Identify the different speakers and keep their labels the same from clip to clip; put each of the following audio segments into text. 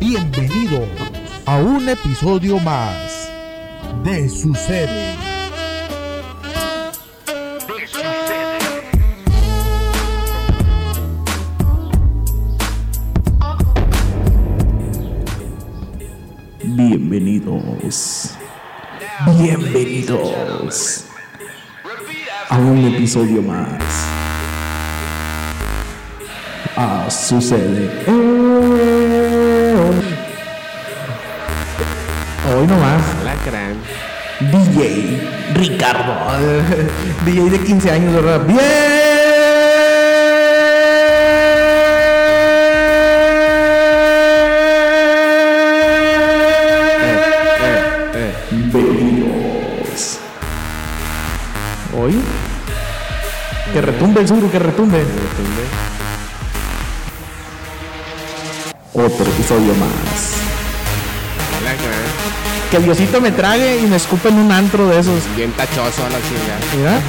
Speaker 1: Bienvenidos a un episodio más de Sucede.
Speaker 2: Bienvenidos. Bienvenidos a un episodio más. A sucede. Hoy nomás,
Speaker 3: Lacran.
Speaker 2: DJ Ricardo. DJ de 15 años, ¿verdad? Bienvenidos. Hoy. Que retumbe el sur, que retumbe. Otro episodio más.
Speaker 3: Lacran.
Speaker 2: Que Diosito me trague y me escupe en un antro de esos.
Speaker 3: Bien tachoso a la chingada.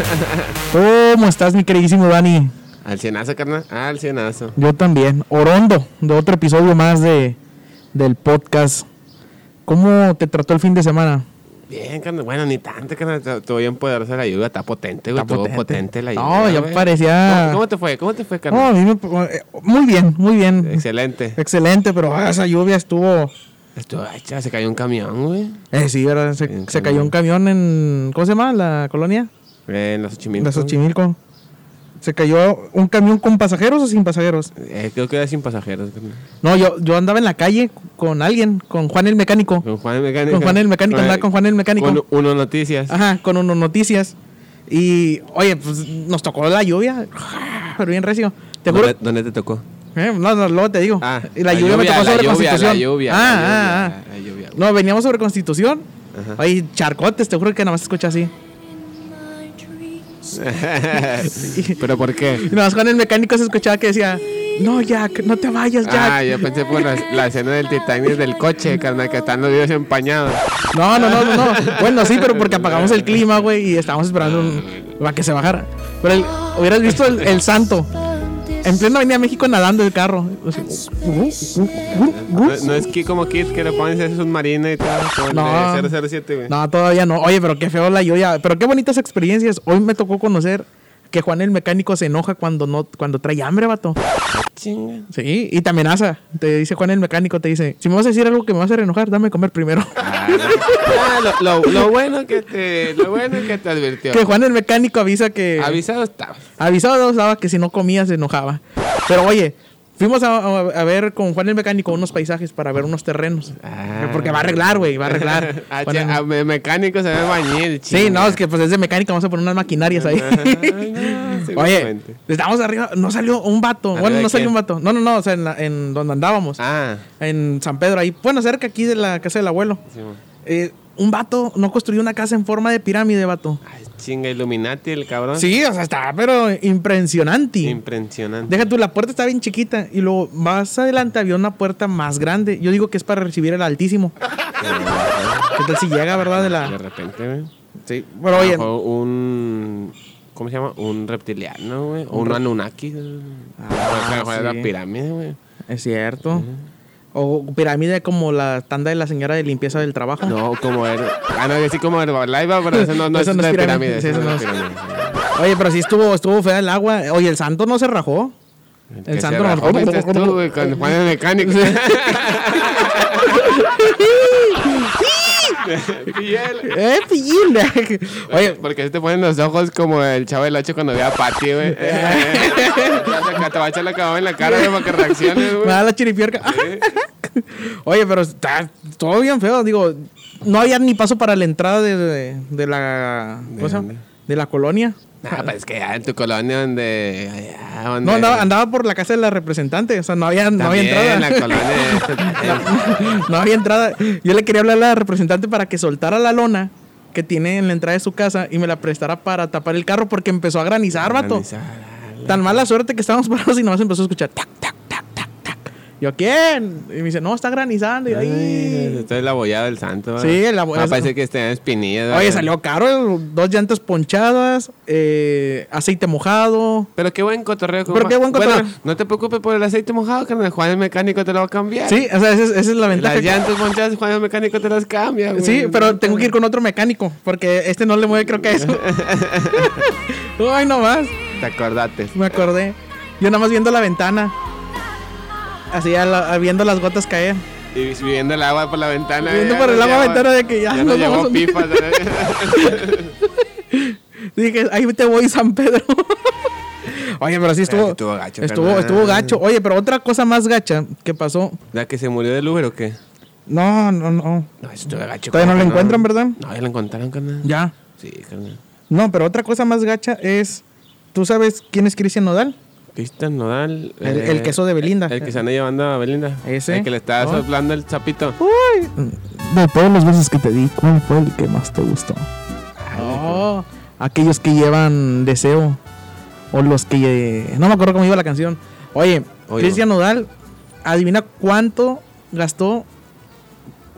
Speaker 2: Mira. ¿Cómo estás, mi queridísimo Dani?
Speaker 3: Al cienazo, carnal. Al cienazo.
Speaker 2: Yo también. Orondo, de otro episodio más de, del podcast. ¿Cómo te trató el fin de semana?
Speaker 3: Bien, carnal. Bueno, ni tanto, carnal. Estuvo estuvo bien poderosa la ayuda. Está potente, güey.
Speaker 2: Está
Speaker 3: Estuvo
Speaker 2: potente.
Speaker 3: potente. la ayuda.
Speaker 2: No, ya
Speaker 3: güey.
Speaker 2: parecía-
Speaker 3: ¿Cómo, cómo te fue? ¿Cómo te fue,
Speaker 2: No, a
Speaker 3: carnal?
Speaker 2: mí me- eh, muy bien, muy bien.
Speaker 3: Excelente.
Speaker 2: Excelente, pero ah, esa lluvia estuvo.
Speaker 3: Estuvo, ay, chaval, se cayó un camión, güey.
Speaker 2: Eh, sí, ¿verdad? Se,
Speaker 3: En
Speaker 2: se cayó un camión en. ¿Cómo se llama? La colonia.
Speaker 3: En Eh, los Xochimilco.
Speaker 2: De Xochimilco. Se cayó un camión con pasajeros o sin pasajeros.
Speaker 3: Eh, creo que era sin pasajeros, carnal.
Speaker 2: No, yo, yo andaba en la calle con alguien, con Juan el mecánico.
Speaker 3: Con Juan el Mecánico.
Speaker 2: Con Juan el Mecánico, andaba con Juan el Mecánico. Ah,
Speaker 3: Con Uno Noticias.
Speaker 2: Ajá, con unos noticias. Y, oye, pues nos tocó la lluvia. Pero bien recio. Te juro.
Speaker 3: ¿Dónde, dónde te tocó?
Speaker 2: Eh, no, no, luego te digo.
Speaker 3: Ah,
Speaker 2: y la, lluvia, me tocó
Speaker 3: la
Speaker 2: sobre
Speaker 3: lluvia,
Speaker 2: Constitución.
Speaker 3: La lluvia,
Speaker 2: ah, ah,
Speaker 3: la lluvia,
Speaker 2: ah.
Speaker 3: la lluvia.
Speaker 2: No, veníamos sobre Constitución.
Speaker 3: Ajá.
Speaker 2: Ay, charcotes, te juro que nada más se escucha así.
Speaker 3: ¿Pero por
Speaker 2: Y
Speaker 3: qué?
Speaker 2: nada más con el mecánico se escuchaba que decía, no, Jack, no te vayas, Jack.
Speaker 3: Ah, yo pensé por la, la escena del Titanic del coche, carnal, que están los vidrios empañados.
Speaker 2: No, no, no, no, no. Bueno, sí, pero porque apagamos el clima, güey, y estábamos esperando un-
Speaker 3: Ah.
Speaker 2: para que se bajara. Pero el- hubieras visto el, el santo. En plena avenida México nadando el carro.
Speaker 3: No, no es que como Kid que le pones ese submarino y tal, como el
Speaker 2: No.
Speaker 3: de 007, güey.
Speaker 2: No, todavía no. Oye, pero qué feo la lluvia. Pero qué bonitas experiencias. Hoy me tocó conocer que Juan el mecánico se enoja cuando no cuando trae hambre, vato.
Speaker 3: Chinga.
Speaker 2: Sí, y te amenaza. Te dice Juan el mecánico, te dice, si me vas a decir algo que me va a hacer enojar, dame comer primero.
Speaker 3: Ah, lo, lo- lo bueno que te, lo bueno que te advirtió.
Speaker 2: que Juan el mecánico avisa que...
Speaker 3: Avisado estaba.
Speaker 2: Avisado estaba que si no comía se enojaba. Pero oye, fuimos a, a- a ver con Juan el Mecánico unos paisajes para ver unos terrenos.
Speaker 3: Ah.
Speaker 2: Porque va a arreglar, güey, va a arreglar.
Speaker 3: Ah,
Speaker 2: Juan el-
Speaker 3: che, a me- mecánico se ve bañil,
Speaker 2: sí, no, es que pues es de mecánica, vamos a poner unas maquinarias ahí. oye,
Speaker 3: Ah, seguramente.
Speaker 2: estábamos arriba, no salió un vato.
Speaker 3: ¿Arriba
Speaker 2: bueno,
Speaker 3: de
Speaker 2: no salió
Speaker 3: quién?
Speaker 2: un vato. No, no, no, o sea, en, la- en donde andábamos.
Speaker 3: Ah,
Speaker 2: En San Pedro, ahí. Bueno, cerca aquí de la casa del abuelo.
Speaker 3: sí, mo.
Speaker 2: Eh, un vato no construyó una casa en forma de pirámide, vato.
Speaker 3: Ay, chinga, Illuminati el cabrón.
Speaker 2: Sí, o sea, está, pero impresionante.
Speaker 3: Impresionante.
Speaker 2: Deja tú, la puerta está bien chiquita y luego más adelante había una puerta más grande. Yo digo que es para recibir el Altísimo. ¿Qué tal si llega, verdad? De
Speaker 3: De
Speaker 2: la...
Speaker 3: repente, güey.
Speaker 2: Sí, pero oye,
Speaker 3: Bajó Ah, un. ¿Cómo se llama? Un reptiliano, güey. O un Anunnaki.
Speaker 2: Ah,
Speaker 3: Ah, de la
Speaker 2: sí.
Speaker 3: pirámide, güey.
Speaker 2: es cierto. O pirámide como la tanda de la señora de limpieza del trabajo.
Speaker 3: No, como el. Ah, no, yo sí como el Balaiba, pero eso no, no
Speaker 2: Eso
Speaker 3: es de pirámide.
Speaker 2: sí,
Speaker 3: eso
Speaker 2: eso
Speaker 3: no es
Speaker 2: no es.
Speaker 3: pirámide.
Speaker 2: Oye, pero sí estuvo, estuvo fea el agua. Oye, el santo no se rajó.
Speaker 3: Que
Speaker 2: El
Speaker 3: se
Speaker 2: santo
Speaker 3: rajó,
Speaker 2: no-
Speaker 3: viste tú, güey, con Juan el mecánico. Fiel.
Speaker 2: ¡Eh, pillín! Oye,
Speaker 3: Porque se te ponen los ojos como el chavo del 8 cuando ve a Pati, güey. Eh, eh, eh. Ya Te va a echar la cagada en la cara, güey, para que reacciones,
Speaker 2: me
Speaker 3: güey.
Speaker 2: da la chiripiorca. Oye, pero está todo bien feo. Digo, no había ni paso para la entrada de, de- de la... ¿cómo se llama?
Speaker 3: dónde?
Speaker 2: De la colonia.
Speaker 3: Ah, pues que ya en tu colonia donde. allá donde
Speaker 2: No, andaba, andaba por la casa de la representante, o sea, no había, no había
Speaker 3: También,
Speaker 2: entrada.
Speaker 3: la colonia.
Speaker 2: no había entrada. Yo le quería hablar a la representante para que soltara la lona que tiene en la entrada de su casa y me la prestara para tapar el carro porque empezó a granizar, vato.
Speaker 3: Organizar, ala.
Speaker 2: Tan mala suerte que estábamos parados y nomás empezó a escuchar tac, tac, tac, tac, tac. Yo, ¿quién? Y me dice, no, está granizando. Y yo,
Speaker 3: Ay,
Speaker 2: ahí.
Speaker 3: Esta es la bollada del santo.
Speaker 2: Sí,
Speaker 3: ¿verdad?
Speaker 2: la bo-
Speaker 3: Ah,
Speaker 2: es-
Speaker 3: parece que estén espinillas.
Speaker 2: Oye,
Speaker 3: ¿verdad?
Speaker 2: salió caro. Dos llantas ponchadas, eh, aceite mojado.
Speaker 3: Pero qué buen cotorreo.
Speaker 2: Pero
Speaker 3: compa.
Speaker 2: qué buen
Speaker 3: Bueno,
Speaker 2: cotorreo.
Speaker 3: no te preocupes por el aceite mojado, carnal. Juan el mecánico te lo va a cambiar.
Speaker 2: Sí, o sea, esa es, esa es la ventaja.
Speaker 3: Las llantas ponchadas, Juan el mecánico te las cambia. güey.
Speaker 2: Sí, pero tengo que ir con otro mecánico, porque este no le mueve, creo que a eso. Ay, nomás,
Speaker 3: Te acordaste.
Speaker 2: me acordé. Yo nada más viendo la ventana. Así, a la- a viendo las gotas caer.
Speaker 3: Y viendo el agua por la ventana.
Speaker 2: Viendo
Speaker 3: ya
Speaker 2: por el
Speaker 3: no
Speaker 2: agua
Speaker 3: lleva-
Speaker 2: ventana de que ya
Speaker 3: ya
Speaker 2: nos
Speaker 3: no llevó
Speaker 2: vamos a hundir.
Speaker 3: pipas.
Speaker 2: Dije, ahí te voy, San Pedro. Oye, pero sí estuvo.
Speaker 3: sí estuvo gacho,
Speaker 2: Estuvo,
Speaker 3: carnal.
Speaker 2: estuvo gacho. Oye, pero otra cosa más gacha que pasó.
Speaker 3: ¿La que se murió del Uber o qué?
Speaker 2: No, no, no.
Speaker 3: No, eso estuvo gacho.
Speaker 2: Todavía no la
Speaker 3: compa,
Speaker 2: encuentran, ¿verdad?
Speaker 3: No, ya la encontraron, carnal.
Speaker 2: Ya.
Speaker 3: Sí, carnal.
Speaker 2: No, pero otra cosa más gacha es. ¿Tú sabes quién es Cristian Nodal?
Speaker 3: Cristian Nodal. eh,
Speaker 2: El- el queso de Belinda.
Speaker 3: El que se anda llevando a Belinda.
Speaker 2: Ese. Oh. Uh.
Speaker 3: El que le está
Speaker 2: No.
Speaker 3: soplando el chapito.
Speaker 2: De todos los besos que te di, ¿cuál fue el que más te gustó? No, aquellos que llevan deseo. O los que. eh, no me acuerdo cómo iba la canción. Oye,
Speaker 3: Oye.
Speaker 2: Cristian Nodal, adivina cuánto gastó.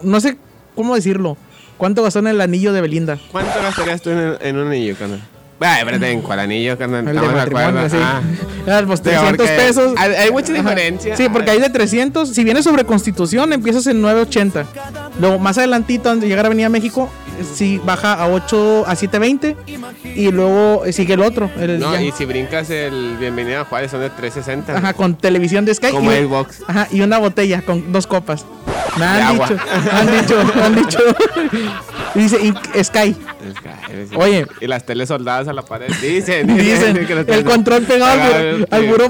Speaker 2: No sé cómo decirlo. ¿Cuánto gastó en el anillo de Belinda?
Speaker 3: ¿Cuánto gastarías tú en, el- en un anillo, carnal? Ay, espérate, ¿en cuál anillo, carnal?
Speaker 2: Mm. El de
Speaker 3: Estamos de acuerdo.
Speaker 2: matrimonio, sí.
Speaker 3: Ah.
Speaker 2: Ah, pues
Speaker 3: Sí,
Speaker 2: 300
Speaker 3: porque
Speaker 2: pesos.
Speaker 3: Hay, hay mucha
Speaker 2: Ajá.
Speaker 3: diferencia.
Speaker 2: Sí, porque hay de 300. Si vienes sobre Constitución, empiezas en 980. Luego, más adelantito, antes de llegar a Avenida México, eh, sí baja a 8, a 720. Y luego eh, sigue el otro. el-
Speaker 3: No,
Speaker 2: ya-
Speaker 3: y si brincas el Bienvenido a Juárez, son de 360.
Speaker 2: Ajá, con televisión de Sky.
Speaker 3: Como
Speaker 2: y,
Speaker 3: Xbox.
Speaker 2: Ajá, y una botella con dos copas. Me
Speaker 3: De
Speaker 2: han
Speaker 3: agua.
Speaker 2: dicho, han dicho, han dicho. Y dice y Sky.
Speaker 3: Es que- es-
Speaker 2: Oye.
Speaker 3: Y las teles soldadas a la pared. Dicen.
Speaker 2: Dicen,
Speaker 3: que las
Speaker 2: el
Speaker 3: teles-
Speaker 2: control pegado al buro-
Speaker 3: Ah,
Speaker 2: al
Speaker 3: sí.
Speaker 2: buró.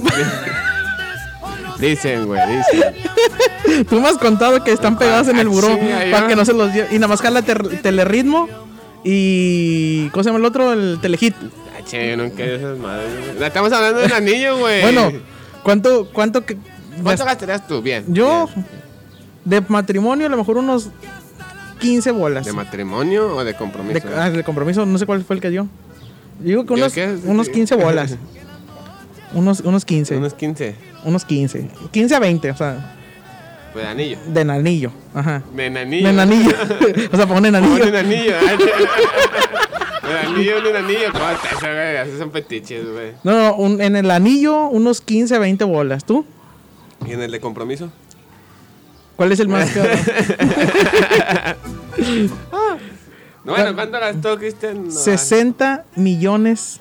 Speaker 3: Dicen, güey, dicen.
Speaker 2: Tú me has contado que están pegadas en el buró
Speaker 3: Sí, allá.
Speaker 2: para que no se los lleve. Y nada más jala ter- telerritmo y. ¿Cómo se llama el otro? El telehit.
Speaker 3: Ah, che, yo nunca he ido a esas madres. güey. Estamos hablando del anillo, güey.
Speaker 2: Bueno, ¿cuánto, cuánto que.
Speaker 3: Eh. ¿Cuánto
Speaker 2: gast-
Speaker 3: gastarías tú? Bien.
Speaker 2: Yo,
Speaker 3: bien.
Speaker 2: de matrimonio, a lo mejor unos 15 bolas.
Speaker 3: ¿De matrimonio o de compromiso?
Speaker 2: De- ah, de compromiso, no sé cuál fue el que dio. Digo que
Speaker 3: Yo
Speaker 2: unos,
Speaker 3: qué,
Speaker 2: unos
Speaker 3: sí.
Speaker 2: 15 bolas. unos, unos 15. Unos,
Speaker 3: Unos 15.
Speaker 2: 15. 15 a 20, o sea,
Speaker 3: Pues de anillo.
Speaker 2: de enanillo. Ajá.
Speaker 3: De
Speaker 2: De
Speaker 3: anillo.
Speaker 2: enanillo. o sea, pon enanillo.
Speaker 3: Un anillo. ah, che. Un anillo, un anillo. ¿Cómo te hace, güey? Esos son petiches, güey.
Speaker 2: No, no, un- en el anillo, unos 15 a 20 bolas. ¿Tú?
Speaker 3: ¿Y en el de compromiso?
Speaker 2: ¿Cuál es el más caro?
Speaker 3: No, bueno, ¿cuánto gastó Cristian? No,
Speaker 2: 60 millones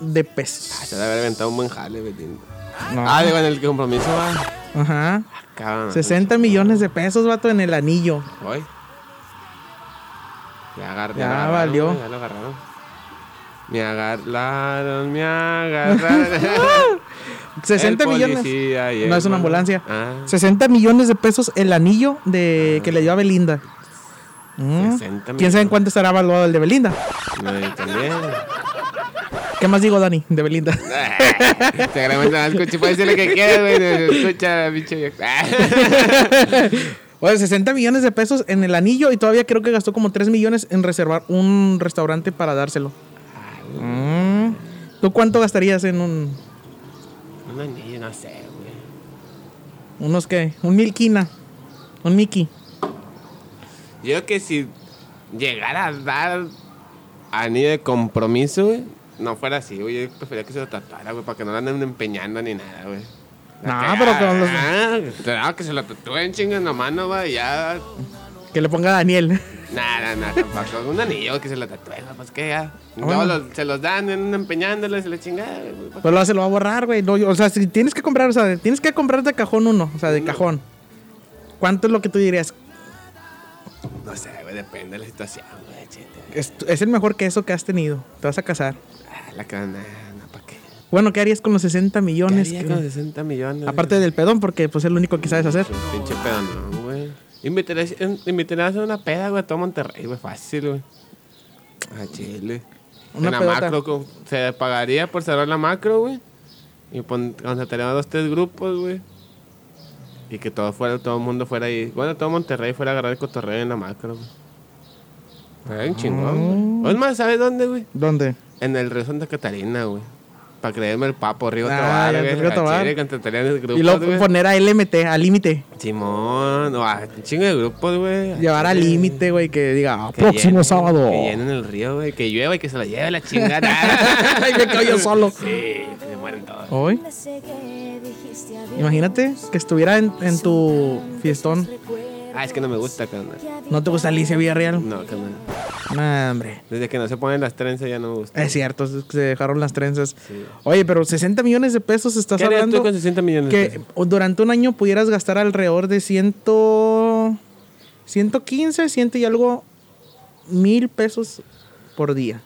Speaker 2: de
Speaker 3: ah,
Speaker 2: pesos.
Speaker 3: Se debe haber aventado un buen jale, Betín.
Speaker 2: No.
Speaker 3: Ah, digo, en el compromiso va.
Speaker 2: Ajá.
Speaker 3: Cabrón.
Speaker 2: 60 millones de pesos, vato, en el anillo.
Speaker 3: Voy. Me agarraron.
Speaker 2: Ya
Speaker 3: me agarraron,
Speaker 2: valió.
Speaker 3: güey, Ya lo agarraron. Me agarraron, me agarraron.
Speaker 2: 60
Speaker 3: El
Speaker 2: millones.
Speaker 3: policía y el
Speaker 2: No es una
Speaker 3: man-
Speaker 2: ambulancia.
Speaker 3: Ah.
Speaker 2: 60 millones de pesos el anillo de que le dio a Belinda. Mm. ¿Quién
Speaker 3: 60
Speaker 2: sabe en
Speaker 3: Ah. millones.
Speaker 2: cuánto estará evaluado el de Belinda?
Speaker 3: No, y también.
Speaker 2: ¿Qué más digo, Dani, de Belinda?
Speaker 3: Seguramente no escuché. Puedes decir lo que quieras, güey. no Escucha, bicho.
Speaker 2: Oye, 60 millones de pesos en el anillo y todavía creo que gastó como 3 millones en reservar un restaurante para dárselo. Mm. ¿Tú cuánto gastarías en un...
Speaker 3: Un anillo, no sé, güey.
Speaker 2: unos qué? Un milquina. Un Mickey.
Speaker 3: Yo creo que si llegara a dar anillo de compromiso, güey, no fuera así, güey. Yo prefería que se lo tatuara, güey, para que no lo anden empeñando ni nada, güey.
Speaker 2: No,
Speaker 3: Acá,
Speaker 2: pero con los-
Speaker 3: ah, claro, que se lo tatúen, chingan la mano, güey, ya.
Speaker 2: Que le ponga Daniel.
Speaker 3: Nada, nada, tampoco. Un anillo que se lo tatúen, güey, pues que ya. No,
Speaker 2: Ah, Bueno.
Speaker 3: los- se los dan, andan empeñándoles, la chingada, güey. pues,
Speaker 2: Pues lo hace, lo va a borrar, güey. No, yo- o sea, si tienes que comprar, o sea, tienes que comprar de cajón uno, o sea, de cajón. ¿Cuánto es lo que tú dirías?
Speaker 3: No sé, güey, depende de la situación, güey. chete.
Speaker 2: Es, es el mejor queso que has tenido. Te vas a casar.
Speaker 3: Ah, la cana, no, ¿para qué?
Speaker 2: Bueno, ¿qué harías con los 60
Speaker 3: ¿Qué
Speaker 2: millones?
Speaker 3: haría
Speaker 2: que-
Speaker 3: con 60 millones?
Speaker 2: Aparte del pedón, porque pues es lo único que sabes hacer.
Speaker 3: Un Pinche pedonón, güey. Invitarás, invitarás a hacer una peda, güey, a todo Monterrey, güey, fácil, güey. A Chile.
Speaker 2: Una
Speaker 3: en la
Speaker 2: pedota.
Speaker 3: macro, co- se pagaría por cerrar la macro, güey. Y pon- contrataríamos dos, tres grupos, güey. Y que todo fuera, todo el mundo fuera ahí. Bueno, todo Monterrey fuera a agarrar el cotorreo en la macro, güey. Estaría bien chingón, güey. Es más, ¿sabes dónde, güey?
Speaker 2: ¿Dónde?
Speaker 3: En el río Santa Catarina, güey. Para creerme el papo, Rigo
Speaker 2: Ah,
Speaker 3: Tobar,
Speaker 2: ya,
Speaker 3: güey.
Speaker 2: Rigo
Speaker 3: al
Speaker 2: Tobar.
Speaker 3: chile, contratarían el grupo,
Speaker 2: Y luego
Speaker 3: güey.
Speaker 2: poner a LMT, al límite.
Speaker 3: Simón, no, ah, un chingo de grupos, güey.
Speaker 2: Llevar al límite, güey, que diga, "Ah,
Speaker 3: Que
Speaker 2: próximo
Speaker 3: llenen-
Speaker 2: sábado.
Speaker 3: Que llenen el río, güey. Que llueva y que se lo lleve la chingada.
Speaker 2: Ay, me quedo yo solo.
Speaker 3: Sí, que se mueren todos.
Speaker 2: Hoy, imagínate que estuviera en, en tu fiestón.
Speaker 3: Ah, es que no me gusta, carnal.
Speaker 2: ¿No te gusta Alicia Villarreal?
Speaker 3: No, carnal.
Speaker 2: No, hombre.
Speaker 3: Desde que no se ponen las trenzas ya no me gusta.
Speaker 2: Es cierto, es que se dejaron las trenzas.
Speaker 3: Sí.
Speaker 2: Oye, pero 60 millones de pesos estás
Speaker 3: ¿Qué harías
Speaker 2: hablando.
Speaker 3: tú con 60 millones de
Speaker 2: que
Speaker 3: pesos?
Speaker 2: durante un año pudieras gastar alrededor de 100, 115, 100 y algo mil pesos por día.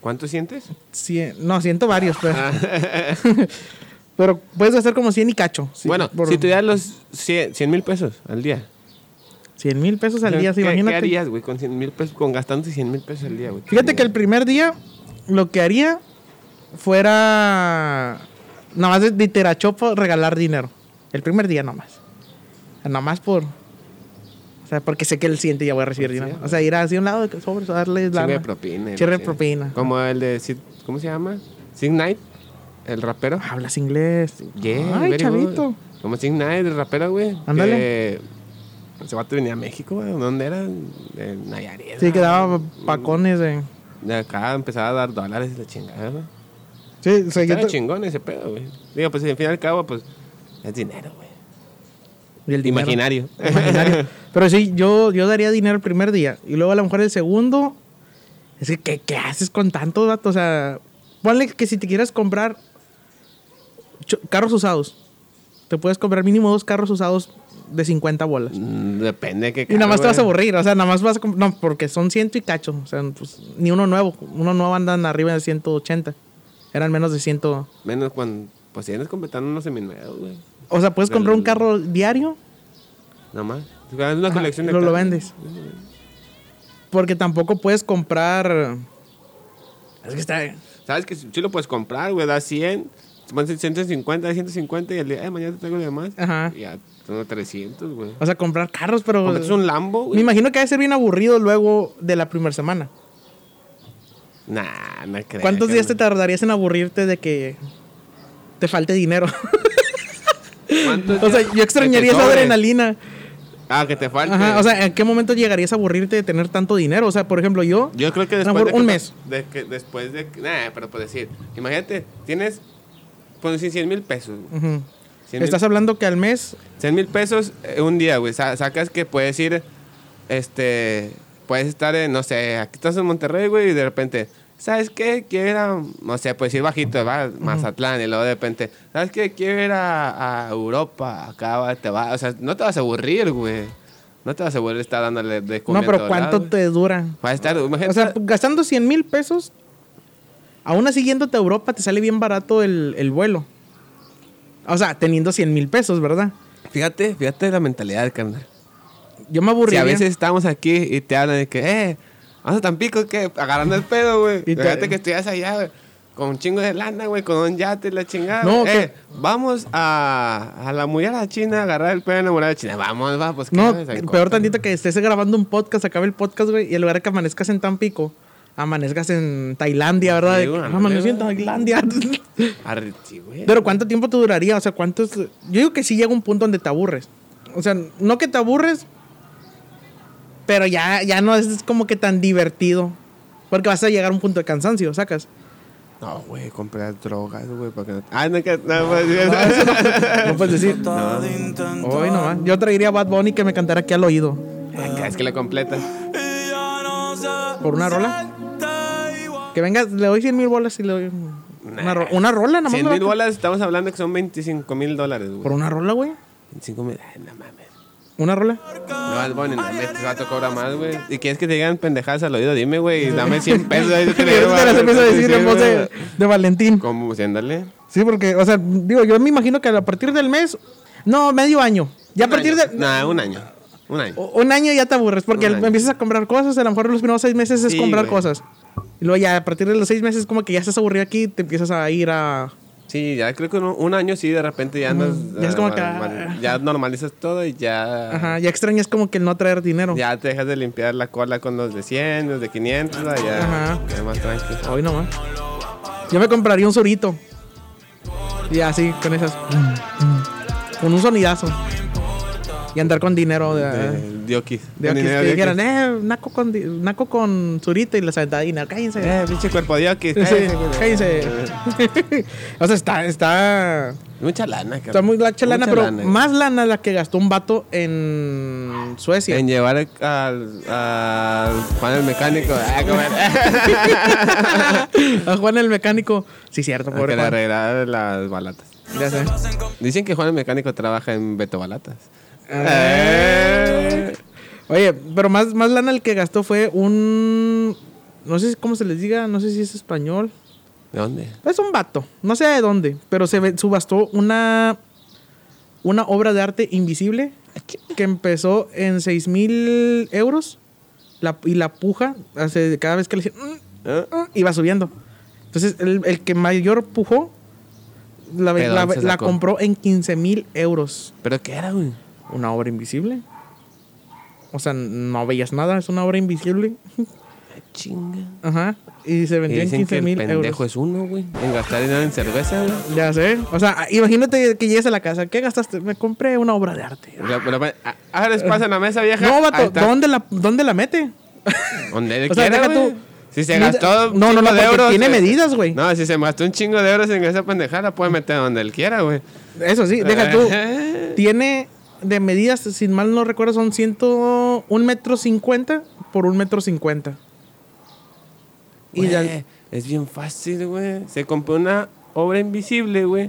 Speaker 3: ¿Cuánto sientes?
Speaker 2: Cien- no, ciento varios, pero,
Speaker 3: Ah.
Speaker 2: pero puedes gastar como 100 y cacho. sí,
Speaker 3: bueno,
Speaker 2: por
Speaker 3: si tuvieras los 100 mil pesos al día.
Speaker 2: 100 mil pesos al día, sí,
Speaker 3: ¿Qué,
Speaker 2: imagínate.
Speaker 3: ¿Qué harías, güey, con 100 mil pesos? Con gastando 100 mil pesos al día, güey.
Speaker 2: Fíjate que el primer día lo que haría fuera nada más de, de tirachopo regalar dinero. El primer día nomás. Nada más por. O sea, porque sé que el siguiente ya voy a recibir
Speaker 3: Pues Sí,
Speaker 2: dinero.
Speaker 3: güey.
Speaker 2: O sea, ir hacia un lado de sobres, darle
Speaker 3: Chingo de
Speaker 2: la.
Speaker 3: propina. y
Speaker 2: Chingo de
Speaker 3: la
Speaker 2: propina.
Speaker 3: Como el de... Sid- ¿Cómo se llama? Sig Knight, el rapero.
Speaker 2: Hablas inglés.
Speaker 3: Yeah,
Speaker 2: Ay,
Speaker 3: very
Speaker 2: chavito.
Speaker 3: good. Como Sig Knight, el rapero, güey.
Speaker 2: Ándale.
Speaker 3: que Ese vato venía a México, güey. ¿Dónde era? En Nayarit.
Speaker 2: Sí,
Speaker 3: ¿no?
Speaker 2: que daba pacones de.
Speaker 3: De acá empezaba a dar dólares y la chingada, ¿no?
Speaker 2: Sí, o sea, yo
Speaker 3: Estaba
Speaker 2: te-
Speaker 3: chingón ese pedo, güey. Digo, pues al fin y al cabo, pues es dinero, güey.
Speaker 2: y el dinero.
Speaker 3: Imaginario.
Speaker 2: Imaginario. Pero sí, yo, yo daría dinero el primer día. Y luego a lo mejor el segundo. Es que, ¿qué, qué haces con tanto dato? O sea, ponle que si te quieras comprar cho- carros usados, te puedes comprar mínimo dos carros usados de 50 bolas.
Speaker 3: Mm, Depende de qué
Speaker 2: Y nada más te
Speaker 3: carro,
Speaker 2: vas a
Speaker 3: güey.
Speaker 2: aburrir, o sea, nada más vas a comp- No, porque son ciento y cacho, o sea, pues, ni uno nuevo. Uno nuevo andan arriba de 180. Eran menos de 100. O
Speaker 3: Menos cuando. Pues si andas completando unos seminuevos, güey.
Speaker 2: sea, puedes
Speaker 3: Del-
Speaker 2: comprar un carro diario
Speaker 3: Nada más. Es una colección de
Speaker 2: lo- lo
Speaker 3: carros.
Speaker 2: vendes. Porque tampoco puedes comprar. Es que está.
Speaker 3: Sabes que si sí lo puedes comprar, güey. Da 100. Van 150, 150 y el día, eh, mañana te traigo lo demás.
Speaker 2: Ajá.
Speaker 3: Y ya, tengo 300, güey.
Speaker 2: O sea, comprar carros, pero.
Speaker 3: Compras un Lambo,
Speaker 2: Me
Speaker 3: güey.
Speaker 2: imagino que va a ser bien aburrido luego de la primera semana.
Speaker 3: Nah, no creo.
Speaker 2: ¿Cuántos días te
Speaker 3: carnal.
Speaker 2: tardarías en aburrirte de que te falte dinero?
Speaker 3: ¿Cuántos
Speaker 2: o sea,
Speaker 3: días?
Speaker 2: yo extrañaría
Speaker 3: Que te
Speaker 2: esa
Speaker 3: sobre.
Speaker 2: adrenalina.
Speaker 3: Ah, que te falte.
Speaker 2: Ajá, o sea, ¿en qué momento llegarías a aburrirte de tener tanto dinero? O sea, por ejemplo, yo.
Speaker 3: Yo creo que
Speaker 2: A lo
Speaker 3: después
Speaker 2: mejor
Speaker 3: de
Speaker 2: un
Speaker 3: que-
Speaker 2: mes.
Speaker 3: de que después de. que- Nah, pero por decir. Imagínate, tienes. Pon 100 mil pesos. güey.
Speaker 2: Ujú.
Speaker 3: 100 mil
Speaker 2: Mm. Estás hablando que al mes.
Speaker 3: 100 mil pesos eh, un día, güey. Sa- sacas que puedes ir, este, puedes estar en, no sé, aquí estás en Monterrey, güey, y de repente, ¿sabes qué? Quiero ir a, no sé, puedes ir bajito, va, Mazatlán, y luego de repente, ¿sabes qué? Quiero ir a, a Europa, acá va- te va, o sea, no te vas a aburrir, güey. No te vas a aburrir estar dándole de
Speaker 2: No,
Speaker 3: comida a
Speaker 2: pero
Speaker 3: todos
Speaker 2: ¿cuánto
Speaker 3: lados, güey.
Speaker 2: te dura?
Speaker 3: Vas a estar, imagínate,
Speaker 2: O sea, gastando 100 mil pesos, aún así yéndote a Europa te sale bien barato el, el vuelo. O sea, teniendo 100 mil pesos, ¿verdad?
Speaker 3: fíjate, fíjate la mentalidad, carnal.
Speaker 2: Yo me
Speaker 3: Si
Speaker 2: aburriría.
Speaker 3: a veces estamos aquí y te hablan de que, eh, vamos a Tampico, que agarrando el pedo, güey.
Speaker 2: Y te-
Speaker 3: Fíjate que estuvieras allá, güey. Con un chingo de lana, güey, con un yate y la chingada.
Speaker 2: No,
Speaker 3: güey.
Speaker 2: que-
Speaker 3: Eh, vamos a, a la muralla china, a agarrar el pedo enamorado de China. Vamos, va, pues ¿qué
Speaker 2: no,
Speaker 3: haces? Ahí
Speaker 2: peor
Speaker 3: cortan.
Speaker 2: tantito que estés grabando un podcast, acabe el podcast, güey, y en lugar de que amanezcas en Tampico, amanezcas en Tailandia, ¿verdad?
Speaker 3: Sí,
Speaker 2: De que,
Speaker 3: güey,
Speaker 2: "Ah,
Speaker 3: ándale,
Speaker 2: amanecí en
Speaker 3: güey".
Speaker 2: Tailandia.
Speaker 3: Arre, "Ah, sí, güey.
Speaker 2: Pero ¿cuánto tiempo te duraría? O sea, ¿cuántos...? Yo digo que sí llega un punto donde te aburres. O sea, no que te aburres, pero ya, ya no es como que tan divertido. Porque vas a llegar a un punto de cansancio, ¿sacas?
Speaker 3: No, güey, comprar drogas, güey, para que no... Ah, no, que... No, pues,
Speaker 2: No puedes decir. Hoy nomás. Yo traería a Bad Bunny que me cantara aquí al oído.
Speaker 3: Ah, es que la completa.
Speaker 2: ¿Por una rola? Que venga, le doy 100 mil bolas y le doy. Una, ro- una rola, nada más.
Speaker 3: 100
Speaker 2: me
Speaker 3: mil
Speaker 2: va a-
Speaker 3: bolas, estamos hablando que son 25 mil dólares,
Speaker 2: Por
Speaker 3: güey.
Speaker 2: una rola, güey.
Speaker 3: 25 mil, ay, no mames.
Speaker 2: Una rola.
Speaker 3: No, es bueno, no, este vato cobra más, güey. Si quieres que te digan pendejadas al oído, dime, güey, dame 100 pesos. ahí te
Speaker 2: Te
Speaker 3: digo,
Speaker 2: las
Speaker 3: güey,
Speaker 2: empiezo a decir en voz de,
Speaker 3: güey.
Speaker 2: de Valentín.
Speaker 3: ¿Cómo? Sí, ándale.
Speaker 2: Sí, porque, o sea, digo, yo me imagino que a partir del mes. No, medio año. Ya a
Speaker 3: Un
Speaker 2: partir
Speaker 3: año.
Speaker 2: de.
Speaker 3: Nah, un año. Un año.
Speaker 2: o- Un año ya te aburres porque
Speaker 3: Un año.
Speaker 2: empiezas a comprar cosas. A lo mejor los primeros seis meses es
Speaker 3: Sí,
Speaker 2: comprar
Speaker 3: güey.
Speaker 2: cosas. Y luego ya a partir de los seis meses, como que ya estás aburrido aquí, te empiezas a ir a.
Speaker 3: Sí, ya creo que un, un año sí, de repente ya andas.
Speaker 2: Ujú, Mm, ya es
Speaker 3: ah,
Speaker 2: como que-
Speaker 3: ya normalizas todo y ya.
Speaker 2: Ajá, ya extrañas como que el no traer dinero.
Speaker 3: Ya te dejas de limpiar la cola con los de 100, los de 500, ah, ya.
Speaker 2: Ajá.
Speaker 3: Ya más tranquilo.
Speaker 2: Hoy nomás. Yo me ¿eh? compraría un surito. Y así, con esas. Con un sonidazo. Y andar con dinero. De, de,
Speaker 3: De Diokis.
Speaker 2: aquí,
Speaker 3: Dinero
Speaker 2: que
Speaker 3: Diokis.
Speaker 2: dijeran, eh, naco con, di- naco con zurita y les aventaba dinero. Cállense.
Speaker 3: Eh, pinche cuerpo Diokis.
Speaker 2: Sí,
Speaker 3: cállese, güey.
Speaker 2: cállense. o sea, está, está,
Speaker 3: Mucha lana, cabrón.
Speaker 2: está muy lacha lana,
Speaker 3: Mucha
Speaker 2: pero
Speaker 3: lana. eh.
Speaker 2: más lana la que gastó un vato en Suecia.
Speaker 3: En llevar al, al panel mecánico ah, como- a
Speaker 2: A Juan el mecánico. Sí, cierto,
Speaker 3: Ah, que
Speaker 2: pobre
Speaker 3: le
Speaker 2: Juan.
Speaker 3: arreglara las balatas.
Speaker 2: Ya sé.
Speaker 3: Dicen que Juan el mecánico trabaja en Beto Balatas.
Speaker 2: Eh. Oye, pero más, más lana el que gastó fue un... No sé cómo se les diga, no sé si es español.
Speaker 3: ¿De dónde?
Speaker 2: Es un vato, no sé de dónde, pero se ve- subastó una, una obra de arte invisible que empezó en 6 mil euros la- y la puja, hace, cada vez que le hacía, "Mm,
Speaker 3: ¿Eh?
Speaker 2: mm", iba subiendo. Entonces, el, el que mayor pujó la, ve-
Speaker 3: ¿De
Speaker 2: la,
Speaker 3: dónde se
Speaker 2: la
Speaker 3: sacó?
Speaker 2: compró en 15 mil euros.
Speaker 3: ¿Pero qué era, güey?
Speaker 2: Una obra invisible. O sea, no veías nada, es una obra invisible.
Speaker 3: Chinga.
Speaker 2: Ajá. Y se
Speaker 3: Y
Speaker 2: vendió en
Speaker 3: dicen
Speaker 2: 15
Speaker 3: que el
Speaker 2: mil
Speaker 3: pendejo
Speaker 2: euros.
Speaker 3: es uno, güey. En gastar dinero en cerveza, güey.
Speaker 2: Ya sé. O sea, imagínate que llegues a la casa. ¿Qué gastaste? Me compré una obra de arte.
Speaker 3: Pero- pero- ah, ah, les pasa en la mesa, vieja.
Speaker 2: No,
Speaker 3: Ahí
Speaker 2: vato,
Speaker 3: está.
Speaker 2: ¿dónde la, ¿dónde la mete?
Speaker 3: Donde él
Speaker 2: O sea,
Speaker 3: quiera,
Speaker 2: deja
Speaker 3: güey.
Speaker 2: tú-
Speaker 3: Si se
Speaker 2: No,
Speaker 3: gastó un
Speaker 2: no, no, no,
Speaker 3: chingo de
Speaker 2: porque
Speaker 3: euros,
Speaker 2: tiene
Speaker 3: eh,
Speaker 2: medidas, güey.
Speaker 3: No, si se gastó un chingo de euros en esa pendejada, la puede meter donde él quiera, güey.
Speaker 2: Eso sí, deja tú. Tiene de medidas, sin mal no recuerdo, son 101 metro 50 por un metro 50. Y
Speaker 3: Güey,
Speaker 2: ya-
Speaker 3: Es bien fácil, güey. Se compró una obra invisible, güey.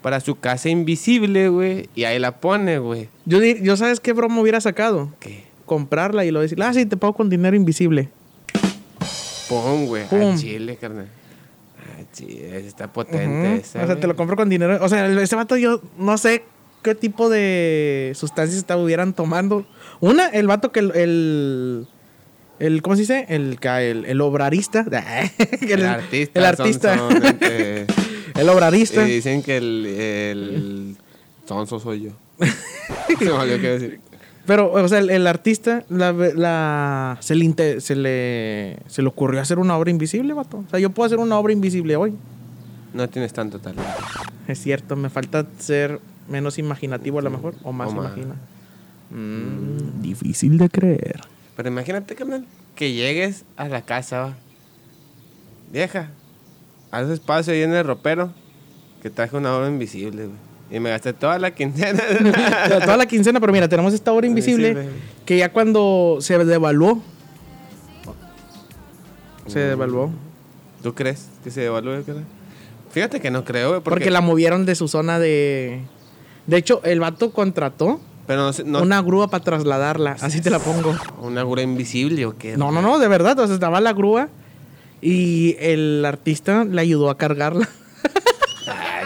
Speaker 3: Para su casa invisible, güey. Y ahí la pone, güey.
Speaker 2: yo, dir- yo sabes qué broma hubiera sacado.
Speaker 3: ¿Qué?
Speaker 2: Comprarla y lo decir, ah, sí, te pago con dinero invisible.
Speaker 3: Pum, güey.
Speaker 2: Pum.
Speaker 3: Al chile, carnal. Al chile. Está
Speaker 2: Ujú.
Speaker 3: potente esa,
Speaker 2: o sea, te
Speaker 3: güey.
Speaker 2: lo compro con dinero. O sea, el- ese vato yo no sé qué tipo de sustancias estuvieran tomando. Una, el vato que el... el el- ¿Cómo se dice? El, ca- el, el obrarista.
Speaker 3: El, artista.
Speaker 2: El
Speaker 3: son-
Speaker 2: artista.
Speaker 3: son, este,
Speaker 2: el
Speaker 3: y
Speaker 2: obrarista.
Speaker 3: dicen que el, el tonso soy yo. Se me olvidó qué decir.
Speaker 2: Pero, o sea, el, el artista la, ve- la- se, le inte- se, le, se le ocurrió hacer una obra invisible, vato. O sea, yo puedo hacer una obra invisible hoy.
Speaker 3: No tienes tanto talento.
Speaker 2: Es cierto, me falta ser menos imaginativo a lo mejor, o más
Speaker 3: O más.
Speaker 2: imagina. Mm, difícil de creer.
Speaker 3: Pero imagínate, carnal, que llegues a la casa, va. Vieja, haz espacio ahí en el ropero que traje una obra invisible, güey. Y me gasté toda la quincena.
Speaker 2: O sea, toda la quincena, pero mira, tenemos esta obra invisible,
Speaker 3: Invisible.
Speaker 2: que ya cuando se devaluó, se
Speaker 3: Mm.
Speaker 2: devaluó.
Speaker 3: ¿Tú crees que se devalúe, carnal? Fíjate que no creo, güey.
Speaker 2: Porque, la movieron de su zona de... De hecho, el vato contrató
Speaker 3: Pero no, sé- no-
Speaker 2: una grúa para trasladarla, así te la pongo.
Speaker 3: ¿Una obra invisible o qué?
Speaker 2: No, no, no, de verdad. O sea, estaba la grúa y el artista le ayudó a cargarla.
Speaker 3: Ah,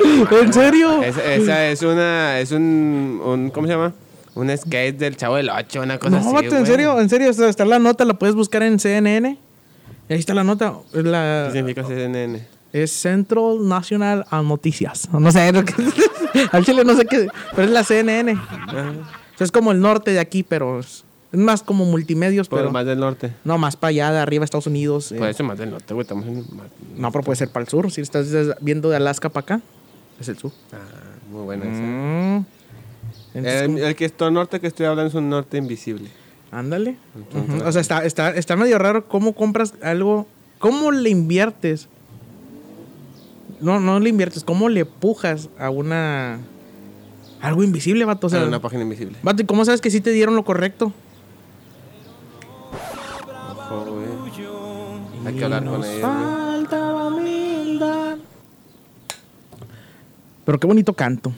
Speaker 3: ese-
Speaker 2: ¿En serio?
Speaker 3: Esa, esa es una. Es un, un- ¿Cómo se llama? Un skate del chavo del 8, una cosa
Speaker 2: No,
Speaker 3: así.
Speaker 2: vato, en
Speaker 3: güey.
Speaker 2: serio, en serio. o sea, Está la nota, la puedes buscar en CNN. Ahí está la nota. La-
Speaker 3: ¿Qué significa CNN?
Speaker 2: es Central National a Noticias. No sé, no- al chile no sé qué. Pero es la CNN.
Speaker 3: Ah,
Speaker 2: O sea, es como el norte de aquí, pero es es más como multimedios,
Speaker 3: Por
Speaker 2: pero
Speaker 3: Pues más del norte.
Speaker 2: no más para allá, de arriba, Estados Unidos. eh.
Speaker 3: Por eso más del norte, güey. Estamos en. más-
Speaker 2: No, pero puede ser para el sur. Si estás viendo de Alaska para acá, es el sur.
Speaker 3: Ah, muy buena esa.
Speaker 2: Mm. Entonces,
Speaker 3: El,
Speaker 2: como-
Speaker 3: el que estoy norte que estoy hablando es un norte invisible.
Speaker 2: ándale. Ujú. O sea, está, está, está medio raro cómo compras algo, cómo le inviertes. No, no le inviertes, cómo le pujas a una. Algo invisible, vato. O
Speaker 3: O sea,
Speaker 2: sea,
Speaker 3: Ah, una página invisible.
Speaker 2: vato, ¿y cómo sabes que sí te dieron lo correcto?
Speaker 3: Ojo, güey. Hay que hablar con ellos. güey.
Speaker 2: Falta humildad. Pero qué bonito canto.